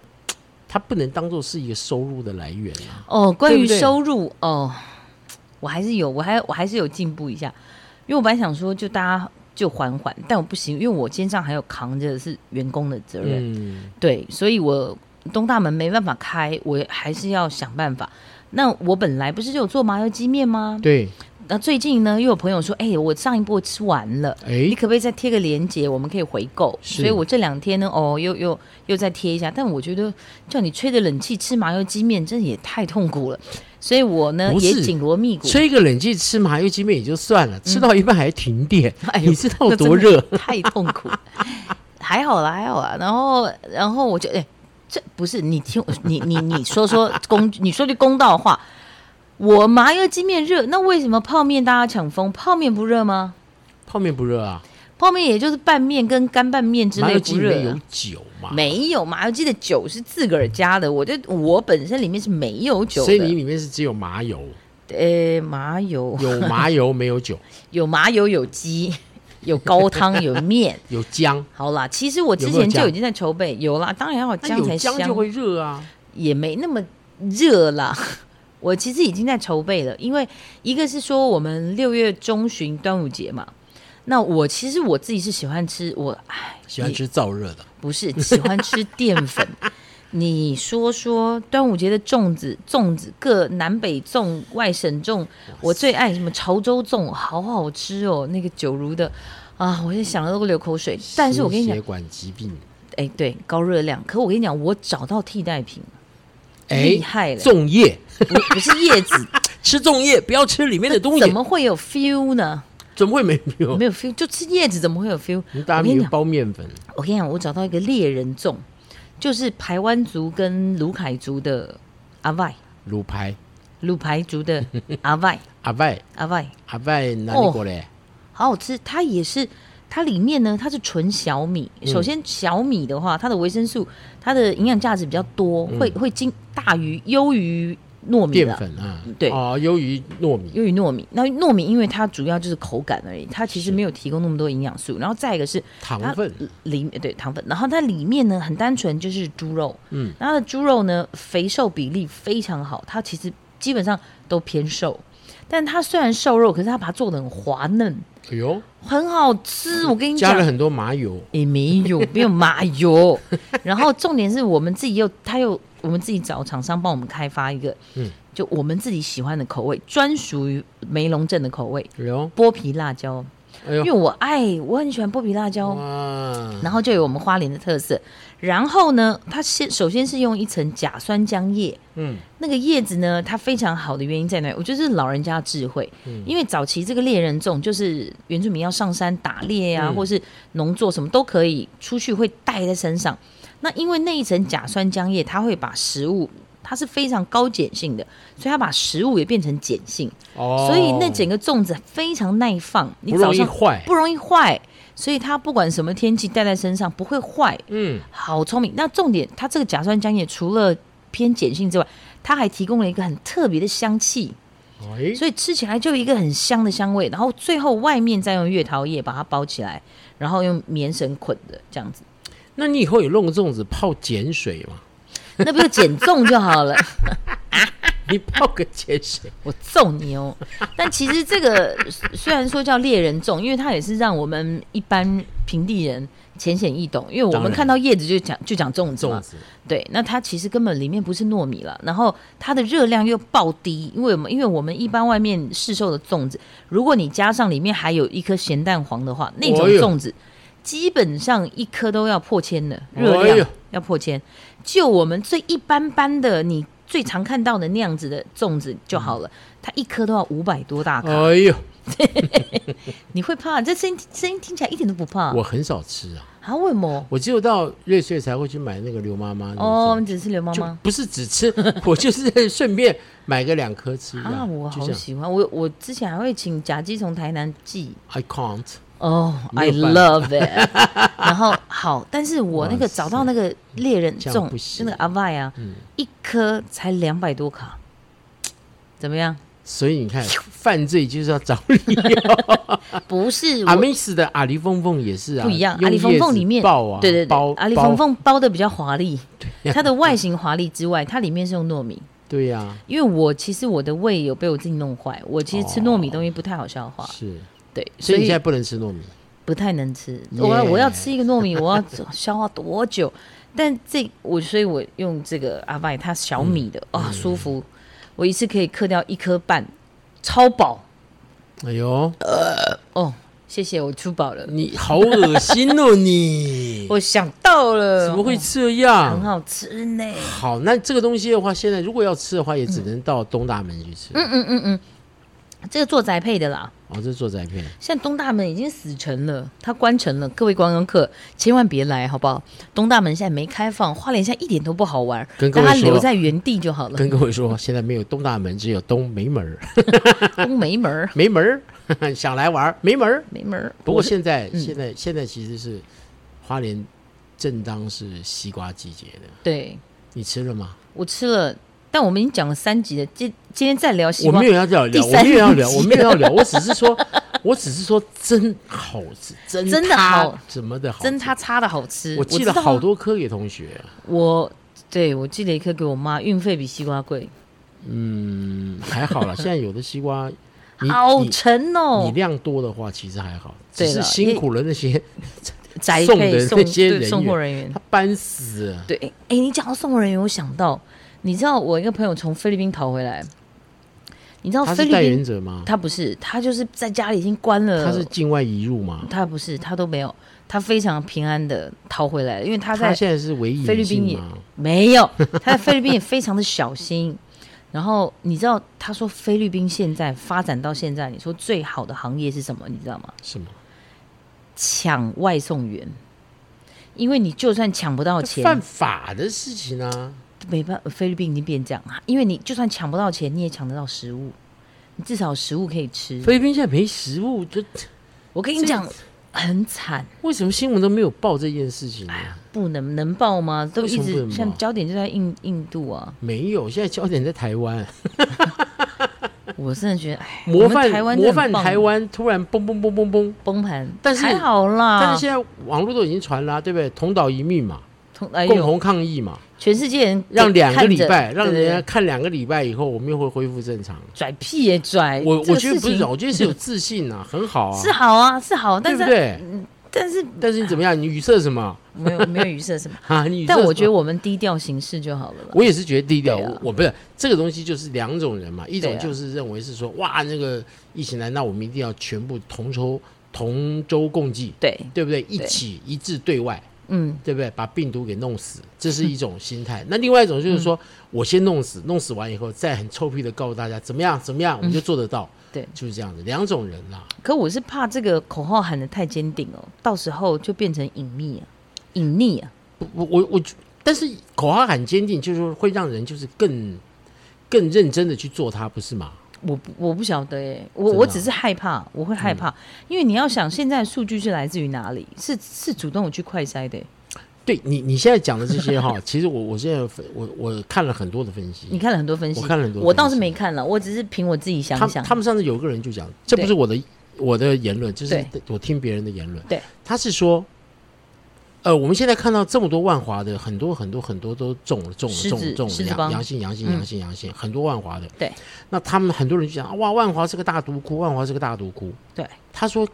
Speaker 1: 它不能当做是一个收入的来源啊。
Speaker 2: 哦，关
Speaker 1: 对
Speaker 2: 于
Speaker 1: 不对
Speaker 2: 收入哦，我还是有，我还我还是有进步一下，因为我本来想说就大家就缓缓，但我不行，因为我肩上还有扛着是员工的责任，
Speaker 1: 嗯。
Speaker 2: 对，所以我东大门没办法开，我还是要想办法。那我本来不是就有做麻油鸡面吗？
Speaker 1: 对，
Speaker 2: 那最近呢，又有朋友说，哎、我上一波吃完了。
Speaker 1: 哎
Speaker 2: 你，可不可以再贴个链接，我们可以回购？
Speaker 1: 是
Speaker 2: 所以我这两天呢，哦，又又又再贴一下。但我觉得叫你吹着冷气吃麻油鸡面，真的也太痛苦了。所以我呢
Speaker 1: 不是
Speaker 2: 也紧锣密鼓，
Speaker 1: 吹个冷气吃麻油鸡面也就算了，吃到一半还停电，
Speaker 2: 嗯哎呦
Speaker 1: 你知道多热？
Speaker 2: 太痛苦。 (laughs) 还好啦，还好啦。然后，然后我就哎、这不是你听我你你你说说公，你说句公道话，我麻油鸡面热，那为什么泡面大家抢疯？泡面不热吗？
Speaker 1: 泡面不热啊，
Speaker 2: 泡面也就是拌面跟干拌面之
Speaker 1: 麻
Speaker 2: 类
Speaker 1: 油鸡
Speaker 2: 不
Speaker 1: 里
Speaker 2: 热
Speaker 1: 面
Speaker 2: 啊、
Speaker 1: 有酒嘛，
Speaker 2: 没有麻油鸡的酒是自个儿加的，我就我本身里面是没有酒的，
Speaker 1: 所以你里面是只有麻油，
Speaker 2: 呃麻油
Speaker 1: 有麻油没有酒，
Speaker 2: 有麻油有鸡 (laughs) 有高汤有
Speaker 1: (laughs)
Speaker 2: 面，
Speaker 1: 有姜，
Speaker 2: 好啦，其实我之
Speaker 1: 有没有
Speaker 2: 前就
Speaker 1: 姜
Speaker 2: 已经在筹备，有啦，当然要有
Speaker 1: 那
Speaker 2: 姜
Speaker 1: 有
Speaker 2: 才
Speaker 1: 姜
Speaker 2: 香，
Speaker 1: 就会热啊。
Speaker 2: 也没那么热啦。我其实已经在筹备了，因为一个是说我们六月中旬端午节嘛，那我其实我自己是喜欢吃，我哎
Speaker 1: 喜欢吃燥热的，
Speaker 2: 不是喜欢吃淀
Speaker 1: (laughs)
Speaker 2: 粉。你说说端午节的粽子，粽子各南北粽、外省粽，我最爱什么潮州粽，好好吃哦，那个九如的啊，我就想了都流口水。但是我跟你
Speaker 1: 心
Speaker 2: 讲
Speaker 1: 血，管疾病，
Speaker 2: 哎，对，高热量。可我跟你讲，我找到替代品，厉
Speaker 1: 哎，
Speaker 2: 害了，
Speaker 1: 粽叶，
Speaker 2: 不不是叶子，
Speaker 1: 吃粽叶， (laughs) 不要哦吃里面的东西，
Speaker 2: 怎么会有 feel 呢？
Speaker 1: 怎么会没有？
Speaker 2: 没有 feel，就吃叶子怎么会有 feel？
Speaker 1: 大家
Speaker 2: 我跟
Speaker 1: 没
Speaker 2: 你
Speaker 1: 有
Speaker 2: 讲，
Speaker 1: 包面粉，
Speaker 2: 我跟你讲，我找到一个猎人粽，就是排湾族跟卢凯族的阿外，
Speaker 1: 卤排，
Speaker 2: 鲁排族的阿
Speaker 1: (laughs)
Speaker 2: 外
Speaker 1: 阿外
Speaker 2: 阿外，
Speaker 1: 阿外哪
Speaker 2: 哦
Speaker 1: 里过来？
Speaker 2: 好好吃。它也是，它里面呢，它是纯小米。
Speaker 1: 嗯
Speaker 2: 首先，小米的话，它的维生素、它的营养价值比较多，会会经大于优于糯
Speaker 1: 嗯
Speaker 2: 米
Speaker 1: 淀
Speaker 2: 的。
Speaker 1: 粉啊，
Speaker 2: 对
Speaker 1: 哦，优于糯米，
Speaker 2: 优于糯米，那糯米因为它主要就是口感而已，它其实没有提供那么多营养素。然后再一个是
Speaker 1: 糖分
Speaker 2: 它里面对糖分，然后它里面呢很单纯就是猪肉，
Speaker 1: 嗯
Speaker 2: 嗯，它的猪肉呢肥瘦比例非常好，它其实基本上都偏瘦，但它虽然瘦肉，可是它把它做的很滑嫩，
Speaker 1: 哎呦，
Speaker 2: 很好吃。我跟你
Speaker 1: 加
Speaker 2: 讲
Speaker 1: 了，很多麻油，
Speaker 2: 也没有没有麻
Speaker 1: (laughs)
Speaker 2: 油，然后重点是我们自己又他又我们自己找厂商帮我们开发一个，
Speaker 1: 嗯
Speaker 2: 嗯，就我们自己喜欢的口味，专属于梅龙镇的口味，
Speaker 1: 哎呦，
Speaker 2: 剥皮辣椒，
Speaker 1: 哎
Speaker 2: 因为
Speaker 1: 呦，
Speaker 2: 我爱我很喜欢剥皮辣椒，
Speaker 1: 哇，
Speaker 2: 然后就有我们花莲的特色。然后呢，它先首先是用一层假酸浆液，
Speaker 1: 嗯，
Speaker 2: 那个叶子呢，它非常好的原因在哪里？我觉得是老人家的智慧，
Speaker 1: 嗯
Speaker 2: 因为早期这个猎人种就是原住民要上山打猎呀、
Speaker 1: 嗯
Speaker 2: 或是农作什么都可以出去会带在身上。那因为那一层甲酸浆液，它会把食物，它是非常高碱性的，所以它把食物也变成碱性，
Speaker 1: 哦，
Speaker 2: 所以那整个粽子非常耐放，你
Speaker 1: 不
Speaker 2: 早
Speaker 1: 容易
Speaker 2: 上
Speaker 1: 坏，
Speaker 2: 不容易坏，所以它不管什么天气带在身上不会坏，
Speaker 1: 嗯，
Speaker 2: 好聪明。那重点，它这个甲酸浆液除了偏碱性之外，它还提供了一个很特别的香气，
Speaker 1: 哎，
Speaker 2: 所以吃起来就有一个很香的香味。然后最后外面再用月桃叶把它包起来，然后用棉绳捆的这样子，
Speaker 1: 那你以后有弄粽子泡碱水吗？ (laughs)
Speaker 2: 那不就减重就好了。 (laughs)
Speaker 1: 你泡个碱水，
Speaker 2: 我揍你哦！但其实这个虽然说叫猎人种，因为它也是让我们一般平地人浅显易懂，因为我
Speaker 1: 当
Speaker 2: 们
Speaker 1: 然
Speaker 2: 看到叶子就讲就讲粽子嘛
Speaker 1: 粽。子
Speaker 2: 对，那它其实根本里面不是糯米了，然后它的热量又爆低，因为我们因为我们一般外面市售的粽子，如果你加上里面还有一颗咸蛋黄的话，那种
Speaker 1: 哎呦
Speaker 2: 粽子基本上一颗都要破千的热
Speaker 1: 哎呦
Speaker 2: 量，要破千。就我们最一般般的，你最常看到的那样子的粽子就好了，它一颗都要五百多大卡，
Speaker 1: 哎呦，
Speaker 2: 你会怕？这声音声音听起来一点都不怕，
Speaker 1: 我很少吃啊，
Speaker 2: 啊？为什么？
Speaker 1: 我只有到瑞穗才会去买那个刘妈妈那
Speaker 2: 哦，
Speaker 1: 种
Speaker 2: 你只是刘妈
Speaker 1: 就
Speaker 2: 妈。
Speaker 1: 不是只吃， (laughs) 我就是顺便买个两颗吃
Speaker 2: 啊，我
Speaker 1: 就
Speaker 2: 好
Speaker 1: 这样
Speaker 2: 喜欢我，我之前还会请甲基从台南寄
Speaker 1: I can't，
Speaker 2: 哦、
Speaker 1: 没
Speaker 2: i
Speaker 1: 有办法
Speaker 2: love it。然 (laughs) 后好，但是我那
Speaker 1: 哇
Speaker 2: 个
Speaker 1: 塞
Speaker 2: 找到那个猎人
Speaker 1: 这
Speaker 2: 这
Speaker 1: 样
Speaker 2: 种
Speaker 1: 不行嗯
Speaker 2: 那个阿外啊，一颗才两百多卡，怎么样？
Speaker 1: 所以你看，犯罪就是要找
Speaker 2: (laughs)
Speaker 1: 理由。
Speaker 2: 不是
Speaker 1: 阿
Speaker 2: 我
Speaker 1: 密斯的阿里凤凤也是啊，
Speaker 2: 不一样，
Speaker 1: 用
Speaker 2: 阿里缝缝里面
Speaker 1: 叶子爆啊，
Speaker 2: 对对
Speaker 1: 包
Speaker 2: 对，阿里缝
Speaker 1: 包啊
Speaker 2: 缝包的比较
Speaker 1: (laughs)
Speaker 2: 华丽，
Speaker 1: 呀
Speaker 2: 它的外形华丽之外，它里面是用糯米。
Speaker 1: 对呀，
Speaker 2: 因为我其实我的胃有被我自己弄坏，我其实吃糯米东西不太好消化，
Speaker 1: 哦是，
Speaker 2: 对，
Speaker 1: 所
Speaker 2: 所
Speaker 1: 以你
Speaker 2: 以
Speaker 1: 现在不能吃糯米，
Speaker 2: 不太能吃。
Speaker 1: Yeah
Speaker 2: 我要我要吃一个
Speaker 1: (laughs)
Speaker 2: 糯米，我要走消化多久？但这我，所以我用这个阿拜，它小米的
Speaker 1: 嗯
Speaker 2: 啊、舒服。我一次可以嗑掉一颗半，超饱
Speaker 1: 哎呦，
Speaker 2: 哦！谢谢，我吃饱了，
Speaker 1: 你好恶心
Speaker 2: (laughs)
Speaker 1: 哦，你
Speaker 2: 我想到了，
Speaker 1: 怎么会
Speaker 2: 哦
Speaker 1: 这
Speaker 2: 很
Speaker 1: 样？
Speaker 2: 好吃呢？
Speaker 1: 好，那这个东西的话，现在如果要吃的话，也只能到东大门去吃。
Speaker 2: 嗯嗯嗯嗯，这个做宅配的啦，
Speaker 1: 哦，这是做宅配，
Speaker 2: 现在东大门已经死城了，它关城了，各位观光客千万别来，好不好？东大门现在没开放，花莲现在一点都不好玩，
Speaker 1: 跟各
Speaker 2: 大
Speaker 1: 位
Speaker 2: 家
Speaker 1: 说
Speaker 2: 留在原地就好了。
Speaker 1: 跟各位说，现在没有东大门，只有东梅门儿，
Speaker 2: 东梅门儿，
Speaker 1: 梅门儿 (laughs) 想来玩儿梅门儿。
Speaker 2: 梅门儿。
Speaker 1: 不过
Speaker 2: 我是
Speaker 1: 现
Speaker 2: 嗯
Speaker 1: 在、现在现在其实是花莲正当是西瓜季节的，
Speaker 2: 对
Speaker 1: 你吃了吗？
Speaker 2: 我吃了，但我们已经讲了三集了，今今天再聊西
Speaker 1: 我
Speaker 2: 瓜
Speaker 1: 没，有要聊聊，
Speaker 2: 第
Speaker 1: 我
Speaker 2: 三
Speaker 1: 没有要聊，
Speaker 2: 集
Speaker 1: 我没有要聊，我只是说，我只是说真好吃，真
Speaker 2: 真的
Speaker 1: 它
Speaker 2: 好，
Speaker 1: 怎么的好吃，
Speaker 2: 真他擦的好吃，
Speaker 1: 我
Speaker 2: 我
Speaker 1: 寄
Speaker 2: 知
Speaker 1: 了
Speaker 2: 道啊
Speaker 1: 好，多科给同学，啊
Speaker 2: 我对我寄了一颗给我妈，运费比西瓜贵，
Speaker 1: 嗯，还好啦，现在有的西瓜，
Speaker 2: (laughs)
Speaker 1: 你
Speaker 2: 好
Speaker 1: 你
Speaker 2: 沉
Speaker 1: 你
Speaker 2: 哦，
Speaker 1: 量多的话，其实还好，只
Speaker 2: 对
Speaker 1: 是
Speaker 2: 了
Speaker 1: 辛苦了那些
Speaker 2: 宅
Speaker 1: 送
Speaker 2: 配
Speaker 1: 的
Speaker 2: 送
Speaker 1: 那些
Speaker 2: 对
Speaker 1: 人
Speaker 2: 送货
Speaker 1: 员
Speaker 2: 人员
Speaker 1: 他。搬死了。
Speaker 2: 对，哎、诶你讲到送货人员，我想到，你知道我一个朋友从菲律宾逃回来，你知道
Speaker 1: 他
Speaker 2: 哦菲
Speaker 1: 是
Speaker 2: 律
Speaker 1: 代
Speaker 2: 宾
Speaker 1: 言者吗？
Speaker 2: 他不是，他就是在家里已经关了，
Speaker 1: 他是境外移入吗？
Speaker 2: 他不是，他都没有，他非常平安的逃回来，因为他在
Speaker 1: 他现在是唯一
Speaker 2: 菲律
Speaker 1: 女
Speaker 2: 宾
Speaker 1: 性
Speaker 2: 也
Speaker 1: 吗？
Speaker 2: 没有， (laughs) 他在菲律宾也非常的小心。然后你知道他说菲律宾现在发展到现在，你说最好的行业是什么？你知道吗？
Speaker 1: 是吗？
Speaker 2: 抢外送员，因为你就算抢不到钱，
Speaker 1: 犯法的事情啊！
Speaker 2: 没办法，菲律宾已经变这样了，因为你就算抢不到钱，你也抢得到食物，你至少有食物可以吃。
Speaker 1: 菲律宾现在没食物，就
Speaker 2: 我跟你讲，很惨，
Speaker 1: 为什么新闻都没有报这件事情呢？啊
Speaker 2: 不能能报吗？都
Speaker 1: 为什
Speaker 2: 一
Speaker 1: 么不
Speaker 2: 直
Speaker 1: 能报
Speaker 2: 像焦点就在印印度啊，
Speaker 1: 没有，现在焦点在台湾，
Speaker 2: 哎我真的觉得，哎，我
Speaker 1: 模
Speaker 2: 们
Speaker 1: 范
Speaker 2: 台湾真
Speaker 1: 模
Speaker 2: 的很
Speaker 1: 范
Speaker 2: 棒
Speaker 1: 台湾突然嘣嘣嘣嘣嘣，
Speaker 2: 崩盘，
Speaker 1: 但是
Speaker 2: 还好啦，
Speaker 1: 但是现在网络都已经传啦，对不对？同岛一命嘛，
Speaker 2: 同哎
Speaker 1: 共
Speaker 2: 呦，
Speaker 1: 同抗议嘛，
Speaker 2: 全世界人
Speaker 1: 让两个
Speaker 2: 看
Speaker 1: 礼
Speaker 2: 着
Speaker 1: 拜，让
Speaker 2: 对对
Speaker 1: 人家
Speaker 2: 对
Speaker 1: 看两个礼拜以后，我们又会恢复正常。
Speaker 2: 拽屁也拽，
Speaker 1: 我
Speaker 2: 哎这
Speaker 1: 我
Speaker 2: 个
Speaker 1: 觉得不是
Speaker 2: 事情
Speaker 1: 这样，我觉得是
Speaker 2: (laughs)
Speaker 1: 有自信啊，很好啊，
Speaker 2: 是好啊，是好，但
Speaker 1: 对不
Speaker 2: 是
Speaker 1: 对？
Speaker 2: 但是
Speaker 1: 但是你怎么样？你语塞什么 (laughs)
Speaker 2: 没有没有预设什么，
Speaker 1: 啊？你语塞
Speaker 2: 但
Speaker 1: 什
Speaker 2: 我
Speaker 1: 么
Speaker 2: 觉得我们低调行事就好了啦。
Speaker 1: 我也是觉得低调，
Speaker 2: 对啊
Speaker 1: 我我不是这个东西就是两种人嘛，一
Speaker 2: 对
Speaker 1: 种
Speaker 2: 啊
Speaker 1: 就是认为是说哇那个疫情来，那我们一定要全部同舟同舟共济，
Speaker 2: 对，
Speaker 1: 对不对？一起一致对外，
Speaker 2: 嗯，
Speaker 1: 对不对？把病毒给弄死，这
Speaker 2: (laughs)
Speaker 1: 是一种心态。那另外一种就是
Speaker 2: 嗯
Speaker 1: 说我先弄死，弄死完以后再很臭屁的告诉大家怎么样怎么样，我们就做得到，
Speaker 2: 嗯对
Speaker 1: 就是这样子，两种人啦。
Speaker 2: 可我是怕这个口号喊得太坚定哦，到时候就变成隐秘啊，隐匿啊。
Speaker 1: 我我我，但是口号很坚定，就是说会让人就是更更认真的去做它，不是吗？
Speaker 2: 我不我不晓得哎，
Speaker 1: 真
Speaker 2: 我
Speaker 1: 的啊嗯
Speaker 2: 我只是害怕，我会害怕，因为你要想现在的数据是来自于哪里？是是主动我去快筛的耶，
Speaker 1: 对你，你现在讲的这些哈，其实我我现在分我我看了很多的分析，
Speaker 2: 你看了很多分析，
Speaker 1: 我看了很多分析
Speaker 2: 我倒是没看了，我只是凭我自己想
Speaker 1: 他
Speaker 2: 想。
Speaker 1: 他们上次有个人就讲，这不是我的我的言论，就是
Speaker 2: 对
Speaker 1: 我听别人的言论，
Speaker 2: 对，
Speaker 1: 他是说，呃，我们现在看到这么多万华的，很多很多很多都中了中了
Speaker 2: 狮子
Speaker 1: 中了中了
Speaker 2: 狮子
Speaker 1: 阳
Speaker 2: 帮
Speaker 1: 阳性阳性
Speaker 2: 嗯
Speaker 1: 阳性阳性，很多万华的，
Speaker 2: 对，
Speaker 1: 那他们很多人就讲哇，万华是个大毒窟，万华是个大毒窟，
Speaker 2: 对，
Speaker 1: 他说，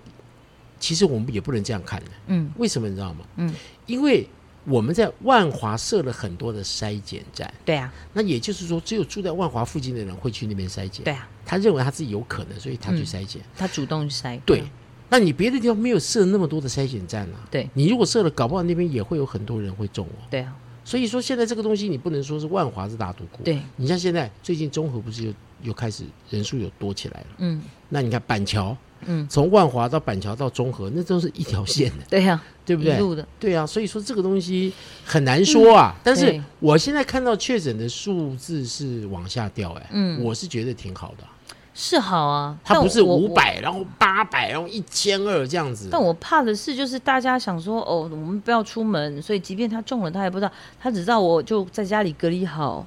Speaker 1: 其实我们也不能这样看的，
Speaker 2: 嗯，
Speaker 1: 为什么你知道吗？
Speaker 2: 嗯，
Speaker 1: 因为我们在万华设了很多的筛检站。
Speaker 2: 对啊，
Speaker 1: 那也就是说，只有住在万华附近的人会去那边筛检。
Speaker 2: 对，啊，
Speaker 1: 他认为他自己有可能，所以
Speaker 2: 嗯
Speaker 1: 他去筛检。
Speaker 2: 他主动筛。
Speaker 1: 对，那你别的地方没有设那么多的筛检站啊。
Speaker 2: 对
Speaker 1: 你如果设了，搞不好那边也会有很多人会中哦。
Speaker 2: 对啊，
Speaker 1: 所以说，现在这个东西你不能说是万华是大毒窟。，
Speaker 2: 对，
Speaker 1: 你像现在最近中和不是又又开始人数有多起来了？
Speaker 2: 嗯，
Speaker 1: 那你看板桥，
Speaker 2: 嗯，
Speaker 1: 从万华到板桥到中和，那都是一条线的，
Speaker 2: 对啊，
Speaker 1: 对不对？
Speaker 2: 一路的，
Speaker 1: 对啊，所以说这个东西很难说啊。但是
Speaker 2: 对
Speaker 1: 我现在看到确诊的数字是往下掉、哎，
Speaker 2: 嗯
Speaker 1: 我是觉得挺好的啊。
Speaker 2: 是好啊。
Speaker 1: 它
Speaker 2: 但
Speaker 1: 不是
Speaker 2: 我
Speaker 1: 五。百，然后八百，然后一千二这样子。
Speaker 2: 但我怕的是，就是大家想说，哦，我们不要出门，所以即便他中了，他也不知道，他只知道我就在家里隔离好，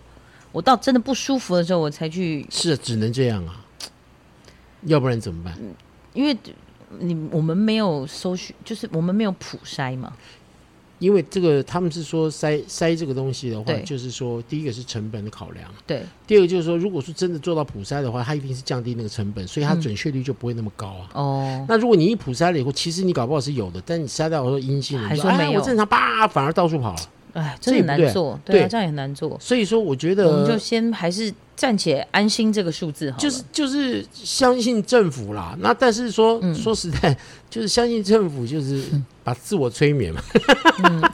Speaker 2: 我到真的不舒服的时候，我才去，
Speaker 1: 是只能这样啊，要不然怎么办？
Speaker 2: 嗯因为你我们没有搜寻，就是我们没有普筛嘛，
Speaker 1: 因为这个他们是说筛筛这个东西的话，
Speaker 2: 对
Speaker 1: 就是说第一个是成本的考量，
Speaker 2: 对
Speaker 1: 第二个就是说，如果是真的做到普筛的话，它一定是降低那个成本，所以它准确率就不会那么高啊。
Speaker 2: 嗯哦，
Speaker 1: 那如果你一普筛了以后，其实你搞不好是有的，但你筛到说阴性了，
Speaker 2: 还
Speaker 1: 你就
Speaker 2: 说
Speaker 1: 哎
Speaker 2: 没有
Speaker 1: 我正常，叭，反而到处跑了。
Speaker 2: 哎，
Speaker 1: 这
Speaker 2: 真
Speaker 1: 也
Speaker 2: 的
Speaker 1: 不
Speaker 2: 难
Speaker 1: 对
Speaker 2: 做，对啊，
Speaker 1: 对
Speaker 2: 这样也难做，
Speaker 1: 所以说，我觉
Speaker 2: 我们
Speaker 1: 得
Speaker 2: 就先还是暂且安心这个数字好了，
Speaker 1: 就是就是相信政府啦。那但是说、
Speaker 2: 嗯
Speaker 1: 说实在，就是相信政府，就是把自我催眠嘛，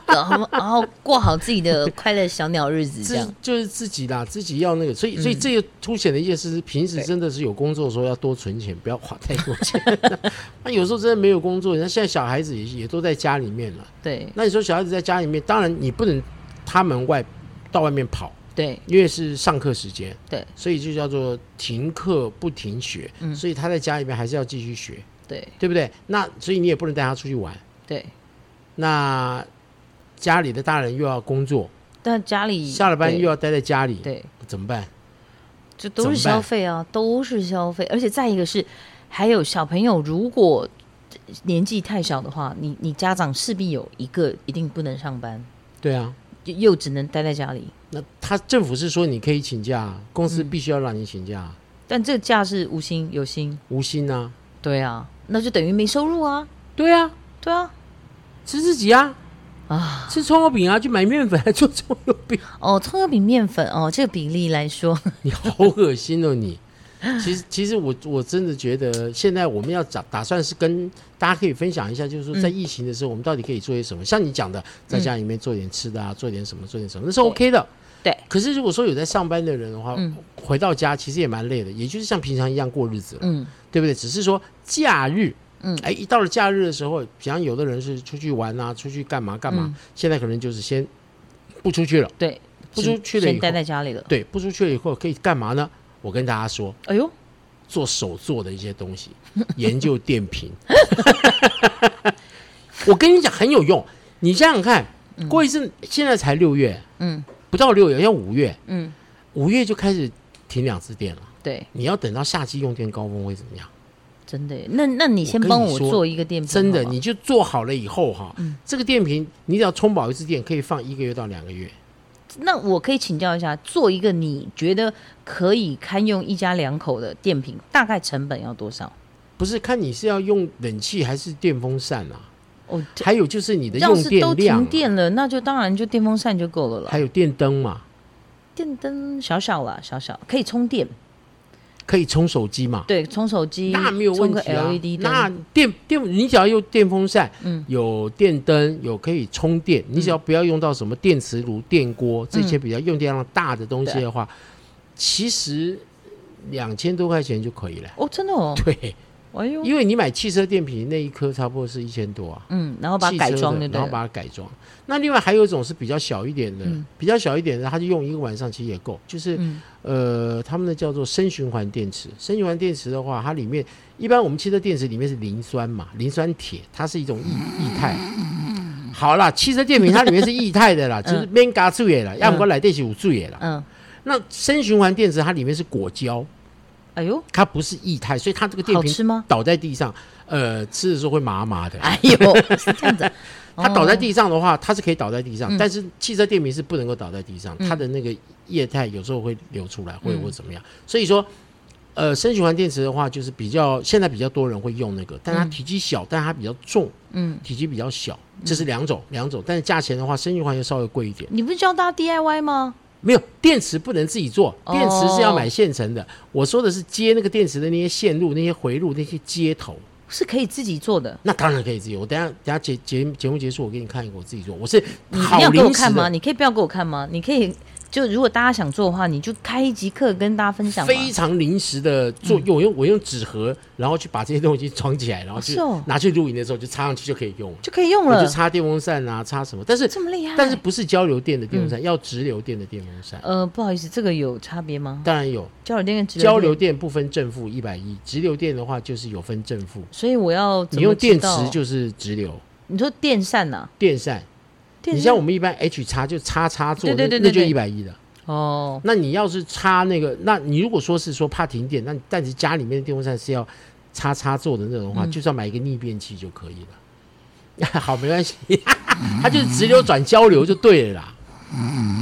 Speaker 2: 然后然后过呃好自己的快乐小鸟日子，这
Speaker 1: 自
Speaker 2: 样嗯
Speaker 1: 就是自己啦，自己要那个。所以所以这个凸显的一件事是，平时真的是有工作的时候要多存钱，不要花太多钱。 (laughs) 那有时候真的没有工作，那现在小孩子也也都在家里面了。
Speaker 2: 对
Speaker 1: 那你说小孩子在家里面，当然你不能他门外到外面跑，
Speaker 2: 对
Speaker 1: 因为是上课时间，
Speaker 2: 对
Speaker 1: 所以就叫做停课不停学。
Speaker 2: 嗯
Speaker 1: 所以他在家里面还是要继续学，
Speaker 2: 对
Speaker 1: 对不对？那所以你也不能带他出去玩。
Speaker 2: 对，
Speaker 1: 那家里的大人又要工作，
Speaker 2: 但家里
Speaker 1: 下了班
Speaker 2: 对
Speaker 1: 又要待在家里，
Speaker 2: 对，
Speaker 1: 怎么办？
Speaker 2: 这都是
Speaker 1: 怎么办
Speaker 2: 消费啊，都是消费，而且再一个是，还有小朋友如果年纪太小的话，你你家长势必有一个一定不能上班，
Speaker 1: 对啊，
Speaker 2: 又又只能待在家里，
Speaker 1: 那他政府是说你可以请假，公
Speaker 2: 嗯
Speaker 1: 司必须要让你请假，
Speaker 2: 但这个假是无薪有薪，
Speaker 1: 无薪啊，
Speaker 2: 对啊，那就等于没收入啊，
Speaker 1: 对啊，
Speaker 2: 对啊，
Speaker 1: 吃自己啊，
Speaker 2: 啊。
Speaker 1: 吃葱油饼啊，去买面粉来做葱油饼，
Speaker 2: 哦，葱油饼面粉哦，这个比例来说，
Speaker 1: 你好恶心哦你。其实，其实我我真的觉得，现在我们要打打算是跟大家可以分享一下，就是
Speaker 2: 嗯
Speaker 1: 说在疫情的时候，我们到底可以做些什么？像你讲的，在家里面做点吃的啊，做点什么，做点什么，那是 OK 的。
Speaker 2: 对嗯
Speaker 1: 可是如果说有在上班的人的话，回到家其实也蛮累的，也就是像平常一样过日子了，
Speaker 2: 嗯，
Speaker 1: 对不对？只是说假日，
Speaker 2: 嗯
Speaker 1: 哎，一到了假日的时候，比方有的人是出去玩啊，出去干嘛干嘛，
Speaker 2: 嗯
Speaker 1: 现在可能就是先不出去了，
Speaker 2: 对，
Speaker 1: 不出去了以
Speaker 2: 先
Speaker 1: 后
Speaker 2: 待在家里了。
Speaker 1: 对，不出去了以后可以干嘛呢？我跟大家说，
Speaker 2: 哎呦，
Speaker 1: 做手做的一些东西， (laughs) 研究电瓶。 (laughs) 我跟你讲很有用，你想想看，过一阵现在才六月，
Speaker 2: 嗯
Speaker 1: 不到六月，要五月，
Speaker 2: 嗯，
Speaker 1: 五月就开始停两次电了。
Speaker 2: 对，
Speaker 1: 你要等到夏季用电高峰会怎么样？
Speaker 2: 真的耶。那那你先
Speaker 1: 我跟
Speaker 2: 帮
Speaker 1: 你
Speaker 2: 我
Speaker 1: 说
Speaker 2: 做一个电瓶好
Speaker 1: 真
Speaker 2: 不好，啊嗯
Speaker 1: 的，你就做好了以后哈，这个电瓶你只要充饱一次电，可以放一个月到两个月。
Speaker 2: 那我可以请教一下，做一个你觉得可以堪用一家两口的电瓶，大概成本要多少？
Speaker 1: 不是看你是要用冷气还是电风扇啊？
Speaker 2: 哦，这
Speaker 1: 还有就是你的
Speaker 2: 要
Speaker 1: 用
Speaker 2: 是都
Speaker 1: 电量
Speaker 2: 停
Speaker 1: 啊，
Speaker 2: 电了，那就当然就电风扇就够了啦。
Speaker 1: 还有电灯嘛，
Speaker 2: 电灯小小啦，小小可以充电，
Speaker 1: 可以充手机嘛。
Speaker 2: 对，充手机，
Speaker 1: 那没有问题啊
Speaker 2: E 充个 LED。
Speaker 1: 那
Speaker 2: 灯，
Speaker 1: 电电，你只要用电风扇，
Speaker 2: 嗯
Speaker 1: 有电灯，有可以充电，你只要不要用到什么电磁炉、电
Speaker 2: 嗯
Speaker 1: 锅这些比较用电量大的东西的话，其实两千多块钱就可以了。
Speaker 2: 哦，真的哦，
Speaker 1: 对，
Speaker 2: 哎呦，
Speaker 1: 因为你买汽车电瓶那一颗差不多是一千多啊，
Speaker 2: 嗯，然后把它
Speaker 1: 汽
Speaker 2: 改
Speaker 1: 车
Speaker 2: 装
Speaker 1: 的
Speaker 2: 就对
Speaker 1: 然后
Speaker 2: 了，
Speaker 1: 把它改装。那另外还有一种是比较小一点的，比较小一点的，它就用一个晚上其实也够。就是、
Speaker 2: 嗯
Speaker 1: 呃，他们的叫做深循环电池。深循环电池的话，它里面一般我们汽车电池里面是磷酸嘛，磷酸铁，它是一种液液态。好啦，汽车电瓶它里面是液态的啦，就是免加注液啦，要不过来电是有注液啦。
Speaker 2: 嗯，
Speaker 1: 那深循环电池它里面是果胶，
Speaker 2: 哎呦，
Speaker 1: 它不是液态，所以它这个电
Speaker 2: 好
Speaker 1: 瓶
Speaker 2: 吃吗？ (laughs)
Speaker 1: 倒在地上，呃，吃的时候会麻麻的。
Speaker 2: 哎呦，是这样子啊，
Speaker 1: 它倒在地上的话，它是可以倒在地上，
Speaker 2: 嗯
Speaker 1: 但是汽车电瓶是不能够倒在地上，它的那个液态有时候会流出来，或
Speaker 2: 嗯
Speaker 1: 者或怎么样。所以说，呃，深循环电池的话，就是比较现在比较多人会用那个，但它体积小，但它比较重，
Speaker 2: 嗯，
Speaker 1: 体积比较小，这是两种两种。但是价钱的话，深循环又稍微贵一点。
Speaker 2: 你不是教大家 DIY 吗？
Speaker 1: 没有电池不能自己做，
Speaker 2: 哦
Speaker 1: 电池是要买现成的。我说的是接那个电池的那些线路、那些回路、那些接头。
Speaker 2: 是可以自己做的。
Speaker 1: 那当然可以自己，我等一下等一下节节节目结束，我给你看一个我自己做，我是
Speaker 2: 你
Speaker 1: 好
Speaker 2: 你要给我
Speaker 1: 临时
Speaker 2: 看吗？
Speaker 1: 的，
Speaker 2: 你可以不要给我看吗？你可以就如果大家想做的话，你就开一集课跟大家分享嘛。
Speaker 1: 非常临时的做，
Speaker 2: 嗯
Speaker 1: 用我用我用纸盒，然后去把这些东西装起来，然后去
Speaker 2: 是哦
Speaker 1: 拿去露营的时候就插上去就可以用了，
Speaker 2: 就可以用
Speaker 1: 我
Speaker 2: 了
Speaker 1: 就，插电风扇啊，插什么，但是
Speaker 2: 这么厉害。嗯
Speaker 1: 但是不是交流电的电风扇，要直流电的电风扇，
Speaker 2: 呃，不好意思，这个有差别吗？
Speaker 1: 当然有
Speaker 2: 交流电跟直
Speaker 1: 交流
Speaker 2: 流电，
Speaker 1: 电不分正负一百一，直流电的话就是有分正负，
Speaker 2: 所以我要怎
Speaker 1: 你
Speaker 2: 么
Speaker 1: 用
Speaker 2: 知
Speaker 1: 电
Speaker 2: 道
Speaker 1: 池就是直流
Speaker 2: 你说电扇呐、
Speaker 1: 电扇，
Speaker 2: 电
Speaker 1: 你
Speaker 2: 扇
Speaker 1: 像我们一般 H 叉就叉叉做，
Speaker 2: 对
Speaker 1: 那
Speaker 2: 对对
Speaker 1: 那就
Speaker 2: 对对
Speaker 1: 一百一的。
Speaker 2: 哦，
Speaker 1: 那你要是插那个，那你如果说是说怕停电，那你但是家里面的电风扇是要插插座的那种的话，就是要买一个逆变器就 (laughs) 可以了。好，没关系，它就是直流转交流就对了啦。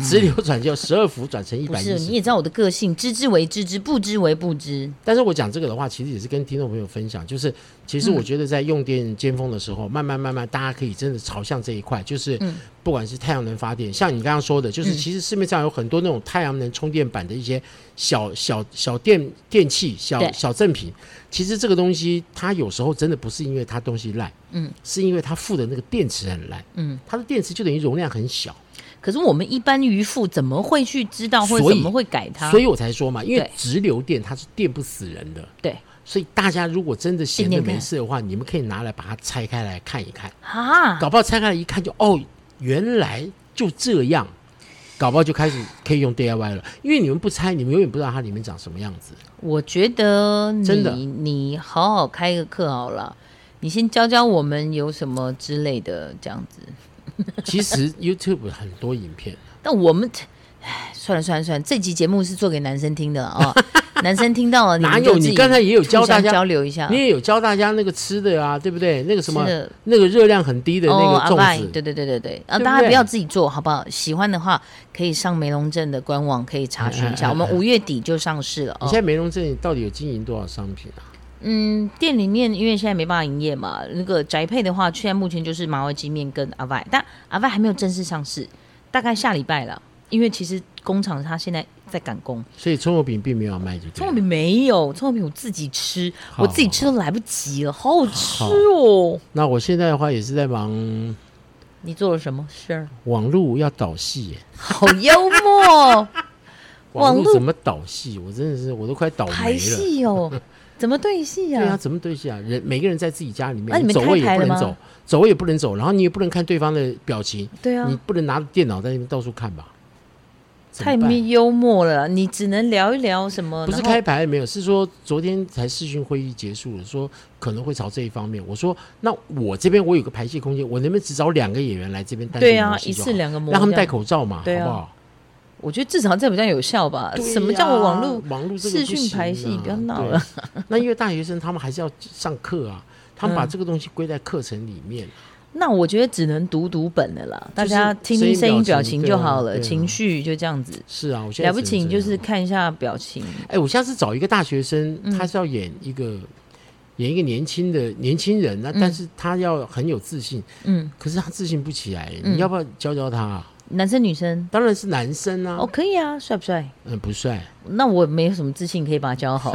Speaker 1: 直流转就十二伏转成一
Speaker 2: 不
Speaker 1: 百一
Speaker 2: 是，你
Speaker 1: 十。
Speaker 2: 也知道我的个性，知之为知之，不知为不知。
Speaker 1: 但是我讲这个的话，其实也是跟听众朋友分享，就是其
Speaker 2: 嗯
Speaker 1: 实我觉得在用电尖峰的时候，慢慢慢慢，大家可以真的朝向这一块，就是
Speaker 2: 嗯
Speaker 1: 不管是太阳能发电，像你刚刚说的，就是其实市面上有很多那种太阳能充电板的一些小小小电电器、小
Speaker 2: 对
Speaker 1: 小赠品，其实这个东西它有时候真的不是因为它东西烂，
Speaker 2: 嗯，
Speaker 1: 是因为它附的那个电池很烂，
Speaker 2: 嗯，
Speaker 1: 它的电池就等于容量很小。
Speaker 2: 可是我们一般渔夫怎么会去知道，或者
Speaker 1: 所以
Speaker 2: 怎么会改它？
Speaker 1: 所以我才说嘛，因为
Speaker 2: 对
Speaker 1: 直流电它是电不死人的，
Speaker 2: 对
Speaker 1: 所以大家如果真的闲着
Speaker 2: 电电
Speaker 1: 没
Speaker 2: 看
Speaker 1: 事的话，你们可以拿来把它拆开来看一看，
Speaker 2: 啊，
Speaker 1: 搞不好拆开来一看就哦，原来就这样，搞不好就开始可以用 DIY 了。因为你们不拆，你们永远不知道它里面长什么样
Speaker 2: (laughs)
Speaker 1: 子。
Speaker 2: 我觉得你
Speaker 1: 真的
Speaker 2: 你好好开个课好了，你先教教我们有什么之类的这样子。
Speaker 1: 其实 YouTube 很多影片，
Speaker 2: 但我们，唉，算了算了算了，这集节目是做给男生听
Speaker 1: (laughs)
Speaker 2: 的啊、男生听到了，
Speaker 1: 哪
Speaker 2: 们
Speaker 1: 有
Speaker 2: 就自
Speaker 1: 你
Speaker 2: 己
Speaker 1: 刚才也有教
Speaker 2: 互
Speaker 1: 大
Speaker 2: 相
Speaker 1: 家，
Speaker 2: 交流一下。
Speaker 1: 你也有教大家那个吃的啊，对不对？那个什么
Speaker 2: 吃的，
Speaker 1: 那个热量很低的
Speaker 2: 哦，
Speaker 1: 那
Speaker 2: 阿
Speaker 1: 个
Speaker 2: 拜
Speaker 1: 粽子，
Speaker 2: 对对对对对，啊，
Speaker 1: 对不
Speaker 2: 大家
Speaker 1: 对
Speaker 2: 不要自己做，好不好？喜欢的话可以上梅龙镇的官网可以查询一
Speaker 1: 哎哎哎
Speaker 2: 下，我们五月底就上市了
Speaker 1: 你
Speaker 2: 哦
Speaker 1: 现。在梅龙镇到底有经营多少商品啊？
Speaker 2: 嗯，店里面因为现在没办法营业嘛，那个宅配的话，现在目前就是麻味鸡面跟阿外，但阿外还没有正式上市，大概下礼拜了。因为其实工厂它现在在赶工，
Speaker 1: 所以葱油饼并没有卖就对了，
Speaker 2: 葱油饼没有，葱油饼我自己吃，
Speaker 1: 好
Speaker 2: 我自己吃都来不及了，好好吃哦。
Speaker 1: 那我现在的话也是在忙
Speaker 2: 你做了什么事儿？
Speaker 1: 网络要导戏耶，
Speaker 2: 好幽默，
Speaker 1: 网
Speaker 2: 网
Speaker 1: 络
Speaker 2: 络
Speaker 1: 怎么导戏？我真的是我都快倒
Speaker 2: 排
Speaker 1: 霉了。
Speaker 2: 戏哦，怎么对戏呀、
Speaker 1: 对啊，怎么对戏啊？人每个人在自己家里
Speaker 2: 那
Speaker 1: 面，
Speaker 2: 你们
Speaker 1: 走位也
Speaker 2: 开
Speaker 1: 不
Speaker 2: 台
Speaker 1: 能
Speaker 2: 了吗
Speaker 1: 走，走位也不能走，然后你也不能看对方的表情，
Speaker 2: 对啊
Speaker 1: 你，不能拿着电脑在那边到处看吧？怎么
Speaker 2: 太
Speaker 1: 办
Speaker 2: 没幽默了，你只能聊一聊什么？
Speaker 1: 不是
Speaker 2: 哦然后
Speaker 1: 开牌没有，是说昨天才视讯会议结束了，说可能会朝这一方面。我说，那我这边我有个排戏空间，我能不能只找两个演员来这边单独
Speaker 2: 对啊
Speaker 1: 磨，戏
Speaker 2: 一
Speaker 1: 就
Speaker 2: 次
Speaker 1: 好
Speaker 2: 两个模，
Speaker 1: 让他们戴，口罩嘛，
Speaker 2: 对啊
Speaker 1: 好不好？
Speaker 2: 我觉得至少这比较有效吧。
Speaker 1: 对
Speaker 2: 什么叫我网
Speaker 1: 呀
Speaker 2: 络？
Speaker 1: 网络这个
Speaker 2: 视
Speaker 1: 不
Speaker 2: 讯
Speaker 1: 行
Speaker 2: 排戏
Speaker 1: 啊
Speaker 2: 不要闹
Speaker 1: 对那因为大学生他们还是要上课啊，他
Speaker 2: 嗯
Speaker 1: 们把这个东西归在课程里面。
Speaker 2: 那我觉得只能读读本了啦，大
Speaker 1: 就是
Speaker 2: 家听听
Speaker 1: 声
Speaker 2: 声
Speaker 1: 音
Speaker 2: 音
Speaker 1: 表
Speaker 2: 表
Speaker 1: 情
Speaker 2: 情
Speaker 1: 对
Speaker 2: 就
Speaker 1: 啊
Speaker 2: 好了，
Speaker 1: 对啊
Speaker 2: 情绪就这样子。
Speaker 1: 是啊，我现在
Speaker 2: 了不
Speaker 1: 只
Speaker 2: 起，
Speaker 1: 能
Speaker 2: 你就
Speaker 1: 这
Speaker 2: 是
Speaker 1: 样
Speaker 2: 看一下表情。
Speaker 1: 哎，我下次找一个大学生，
Speaker 2: 嗯
Speaker 1: 他是要演一个演一个年轻的年轻人，那但是他要很有自信，
Speaker 2: 嗯，
Speaker 1: 可是他自信不起来，
Speaker 2: 嗯
Speaker 1: 你要不要教教他啊？
Speaker 2: 男生女生
Speaker 1: 当然是男生啊
Speaker 2: 哦，，可以啊，帅不帅？
Speaker 1: 嗯，不帅。
Speaker 2: 那我没有什么自信可以把
Speaker 1: (laughs)
Speaker 2: 他教好。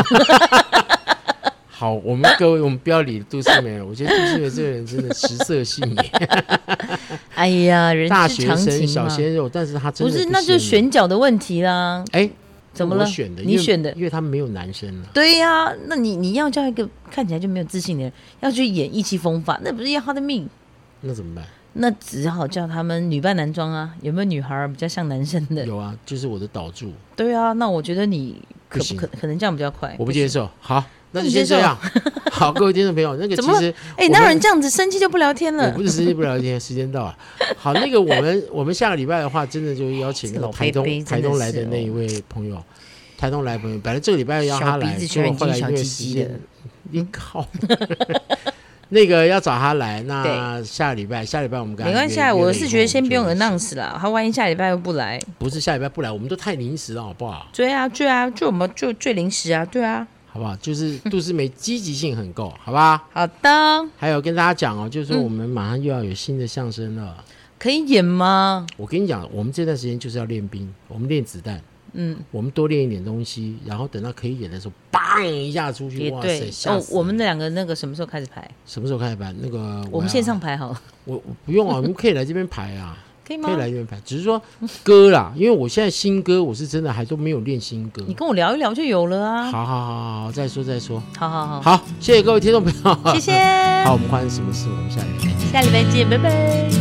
Speaker 1: 好，我们各位，我们不要理杜思梅了。我觉得杜思梅这个人真的食色性也，
Speaker 2: 哎呀，人
Speaker 1: 大
Speaker 2: 之
Speaker 1: 学
Speaker 2: 常
Speaker 1: 生
Speaker 2: 情
Speaker 1: 小
Speaker 2: 嘛。
Speaker 1: 鲜肉，但是他真
Speaker 2: 不
Speaker 1: 的
Speaker 2: 是，那就
Speaker 1: 行
Speaker 2: 选角的问题啦。
Speaker 1: 哎，那
Speaker 2: 怎么
Speaker 1: 我
Speaker 2: 了
Speaker 1: 选的，
Speaker 2: 你
Speaker 1: 因为
Speaker 2: 选的
Speaker 1: 因为他们没有男生啊。
Speaker 2: 对呀、那你你要叫一个看起来就没有自信的人，要去演意气风发，那不是要他的命？
Speaker 1: 那怎么办？
Speaker 2: 那只好叫他们女扮男装啊。有没有女孩儿比较像男生的？
Speaker 1: 有啊，就是我的岛柱，
Speaker 2: 对啊，那我觉得你
Speaker 1: 不
Speaker 2: 可不
Speaker 1: 行
Speaker 2: 可可能这样比较快。
Speaker 1: 我不接
Speaker 2: 哎行。
Speaker 1: 受。好，那
Speaker 2: 那
Speaker 1: 就
Speaker 2: 你
Speaker 1: 先
Speaker 2: 接受
Speaker 1: 这样。 (laughs) 好，各位听众朋友，那个
Speaker 2: 怎
Speaker 1: 其
Speaker 2: 么了
Speaker 1: 实
Speaker 2: 哎、
Speaker 1: 我
Speaker 2: 那
Speaker 1: 们
Speaker 2: 有人这样子生气就不聊天
Speaker 1: 我
Speaker 2: 了
Speaker 1: 不。是时间不聊天，时间到了。好，那个我们我们下个礼拜的话，真的就邀请
Speaker 2: 这
Speaker 1: 那个
Speaker 2: 老
Speaker 1: 台
Speaker 2: 贝
Speaker 1: 东
Speaker 2: 贝真的
Speaker 1: 台东来的
Speaker 2: 是哦
Speaker 1: 那一位朋友，台东来的朋友，本来这个礼拜要他
Speaker 2: 小
Speaker 1: 来，
Speaker 2: 鼻子
Speaker 1: 结果
Speaker 2: 全
Speaker 1: 后来因
Speaker 2: 进小
Speaker 1: 为
Speaker 2: 鸡
Speaker 1: 时
Speaker 2: 鸡
Speaker 1: 间 (laughs)
Speaker 2: 的，
Speaker 1: 你靠。 (laughs) 那个要找他来，那下礼拜下礼拜我们跟他
Speaker 2: 没关系
Speaker 1: 约
Speaker 2: 啊，
Speaker 1: 约了
Speaker 2: 我
Speaker 1: 以
Speaker 2: 是
Speaker 1: 后
Speaker 2: 觉得先不用
Speaker 1: 我们就
Speaker 2: announce 啦，他万一下礼拜又不来，
Speaker 1: 不是下礼拜不来，我们都太临时了，好不好？
Speaker 2: 对啊，对啊，就我们就最临时啊，对啊。
Speaker 1: 好不好？就是 (laughs) 杜思梅积极性很够，好吧？
Speaker 2: 好的，
Speaker 1: 还有跟大家讲哦，就是
Speaker 2: 嗯
Speaker 1: 说我们马上又要有新的相声了。
Speaker 2: 可以演吗？
Speaker 1: 我跟你讲，我们这段时间就是要练兵，我们练子弹，
Speaker 2: 嗯，
Speaker 1: 我们多练一点东西，然后等到可以演的时候，砰一下出去，
Speaker 2: 也
Speaker 1: 哇塞，
Speaker 2: 对
Speaker 1: 吓
Speaker 2: 哦。
Speaker 1: 死人
Speaker 2: 我们那两个那个什么时候开始排？
Speaker 1: 什么时候开始排？那个
Speaker 2: 我
Speaker 1: 要
Speaker 2: 们线上，排好了，
Speaker 1: 我我不
Speaker 2: (laughs)
Speaker 1: 用啊，我们可以来这边排啊，
Speaker 2: 可以吗
Speaker 1: 可以？来这边排，只是说歌啦，因为我现在新歌我是真的还都没有练新歌。
Speaker 2: 你跟我聊一聊就有了
Speaker 1: 好好
Speaker 2: 啊。
Speaker 1: 好好好，再说再说。
Speaker 2: 好好好，
Speaker 1: 好，谢谢各位听众朋友，
Speaker 2: 谢谢。
Speaker 1: 好，我们发生什么事？我们下一集。
Speaker 2: 下礼拜见，拜拜。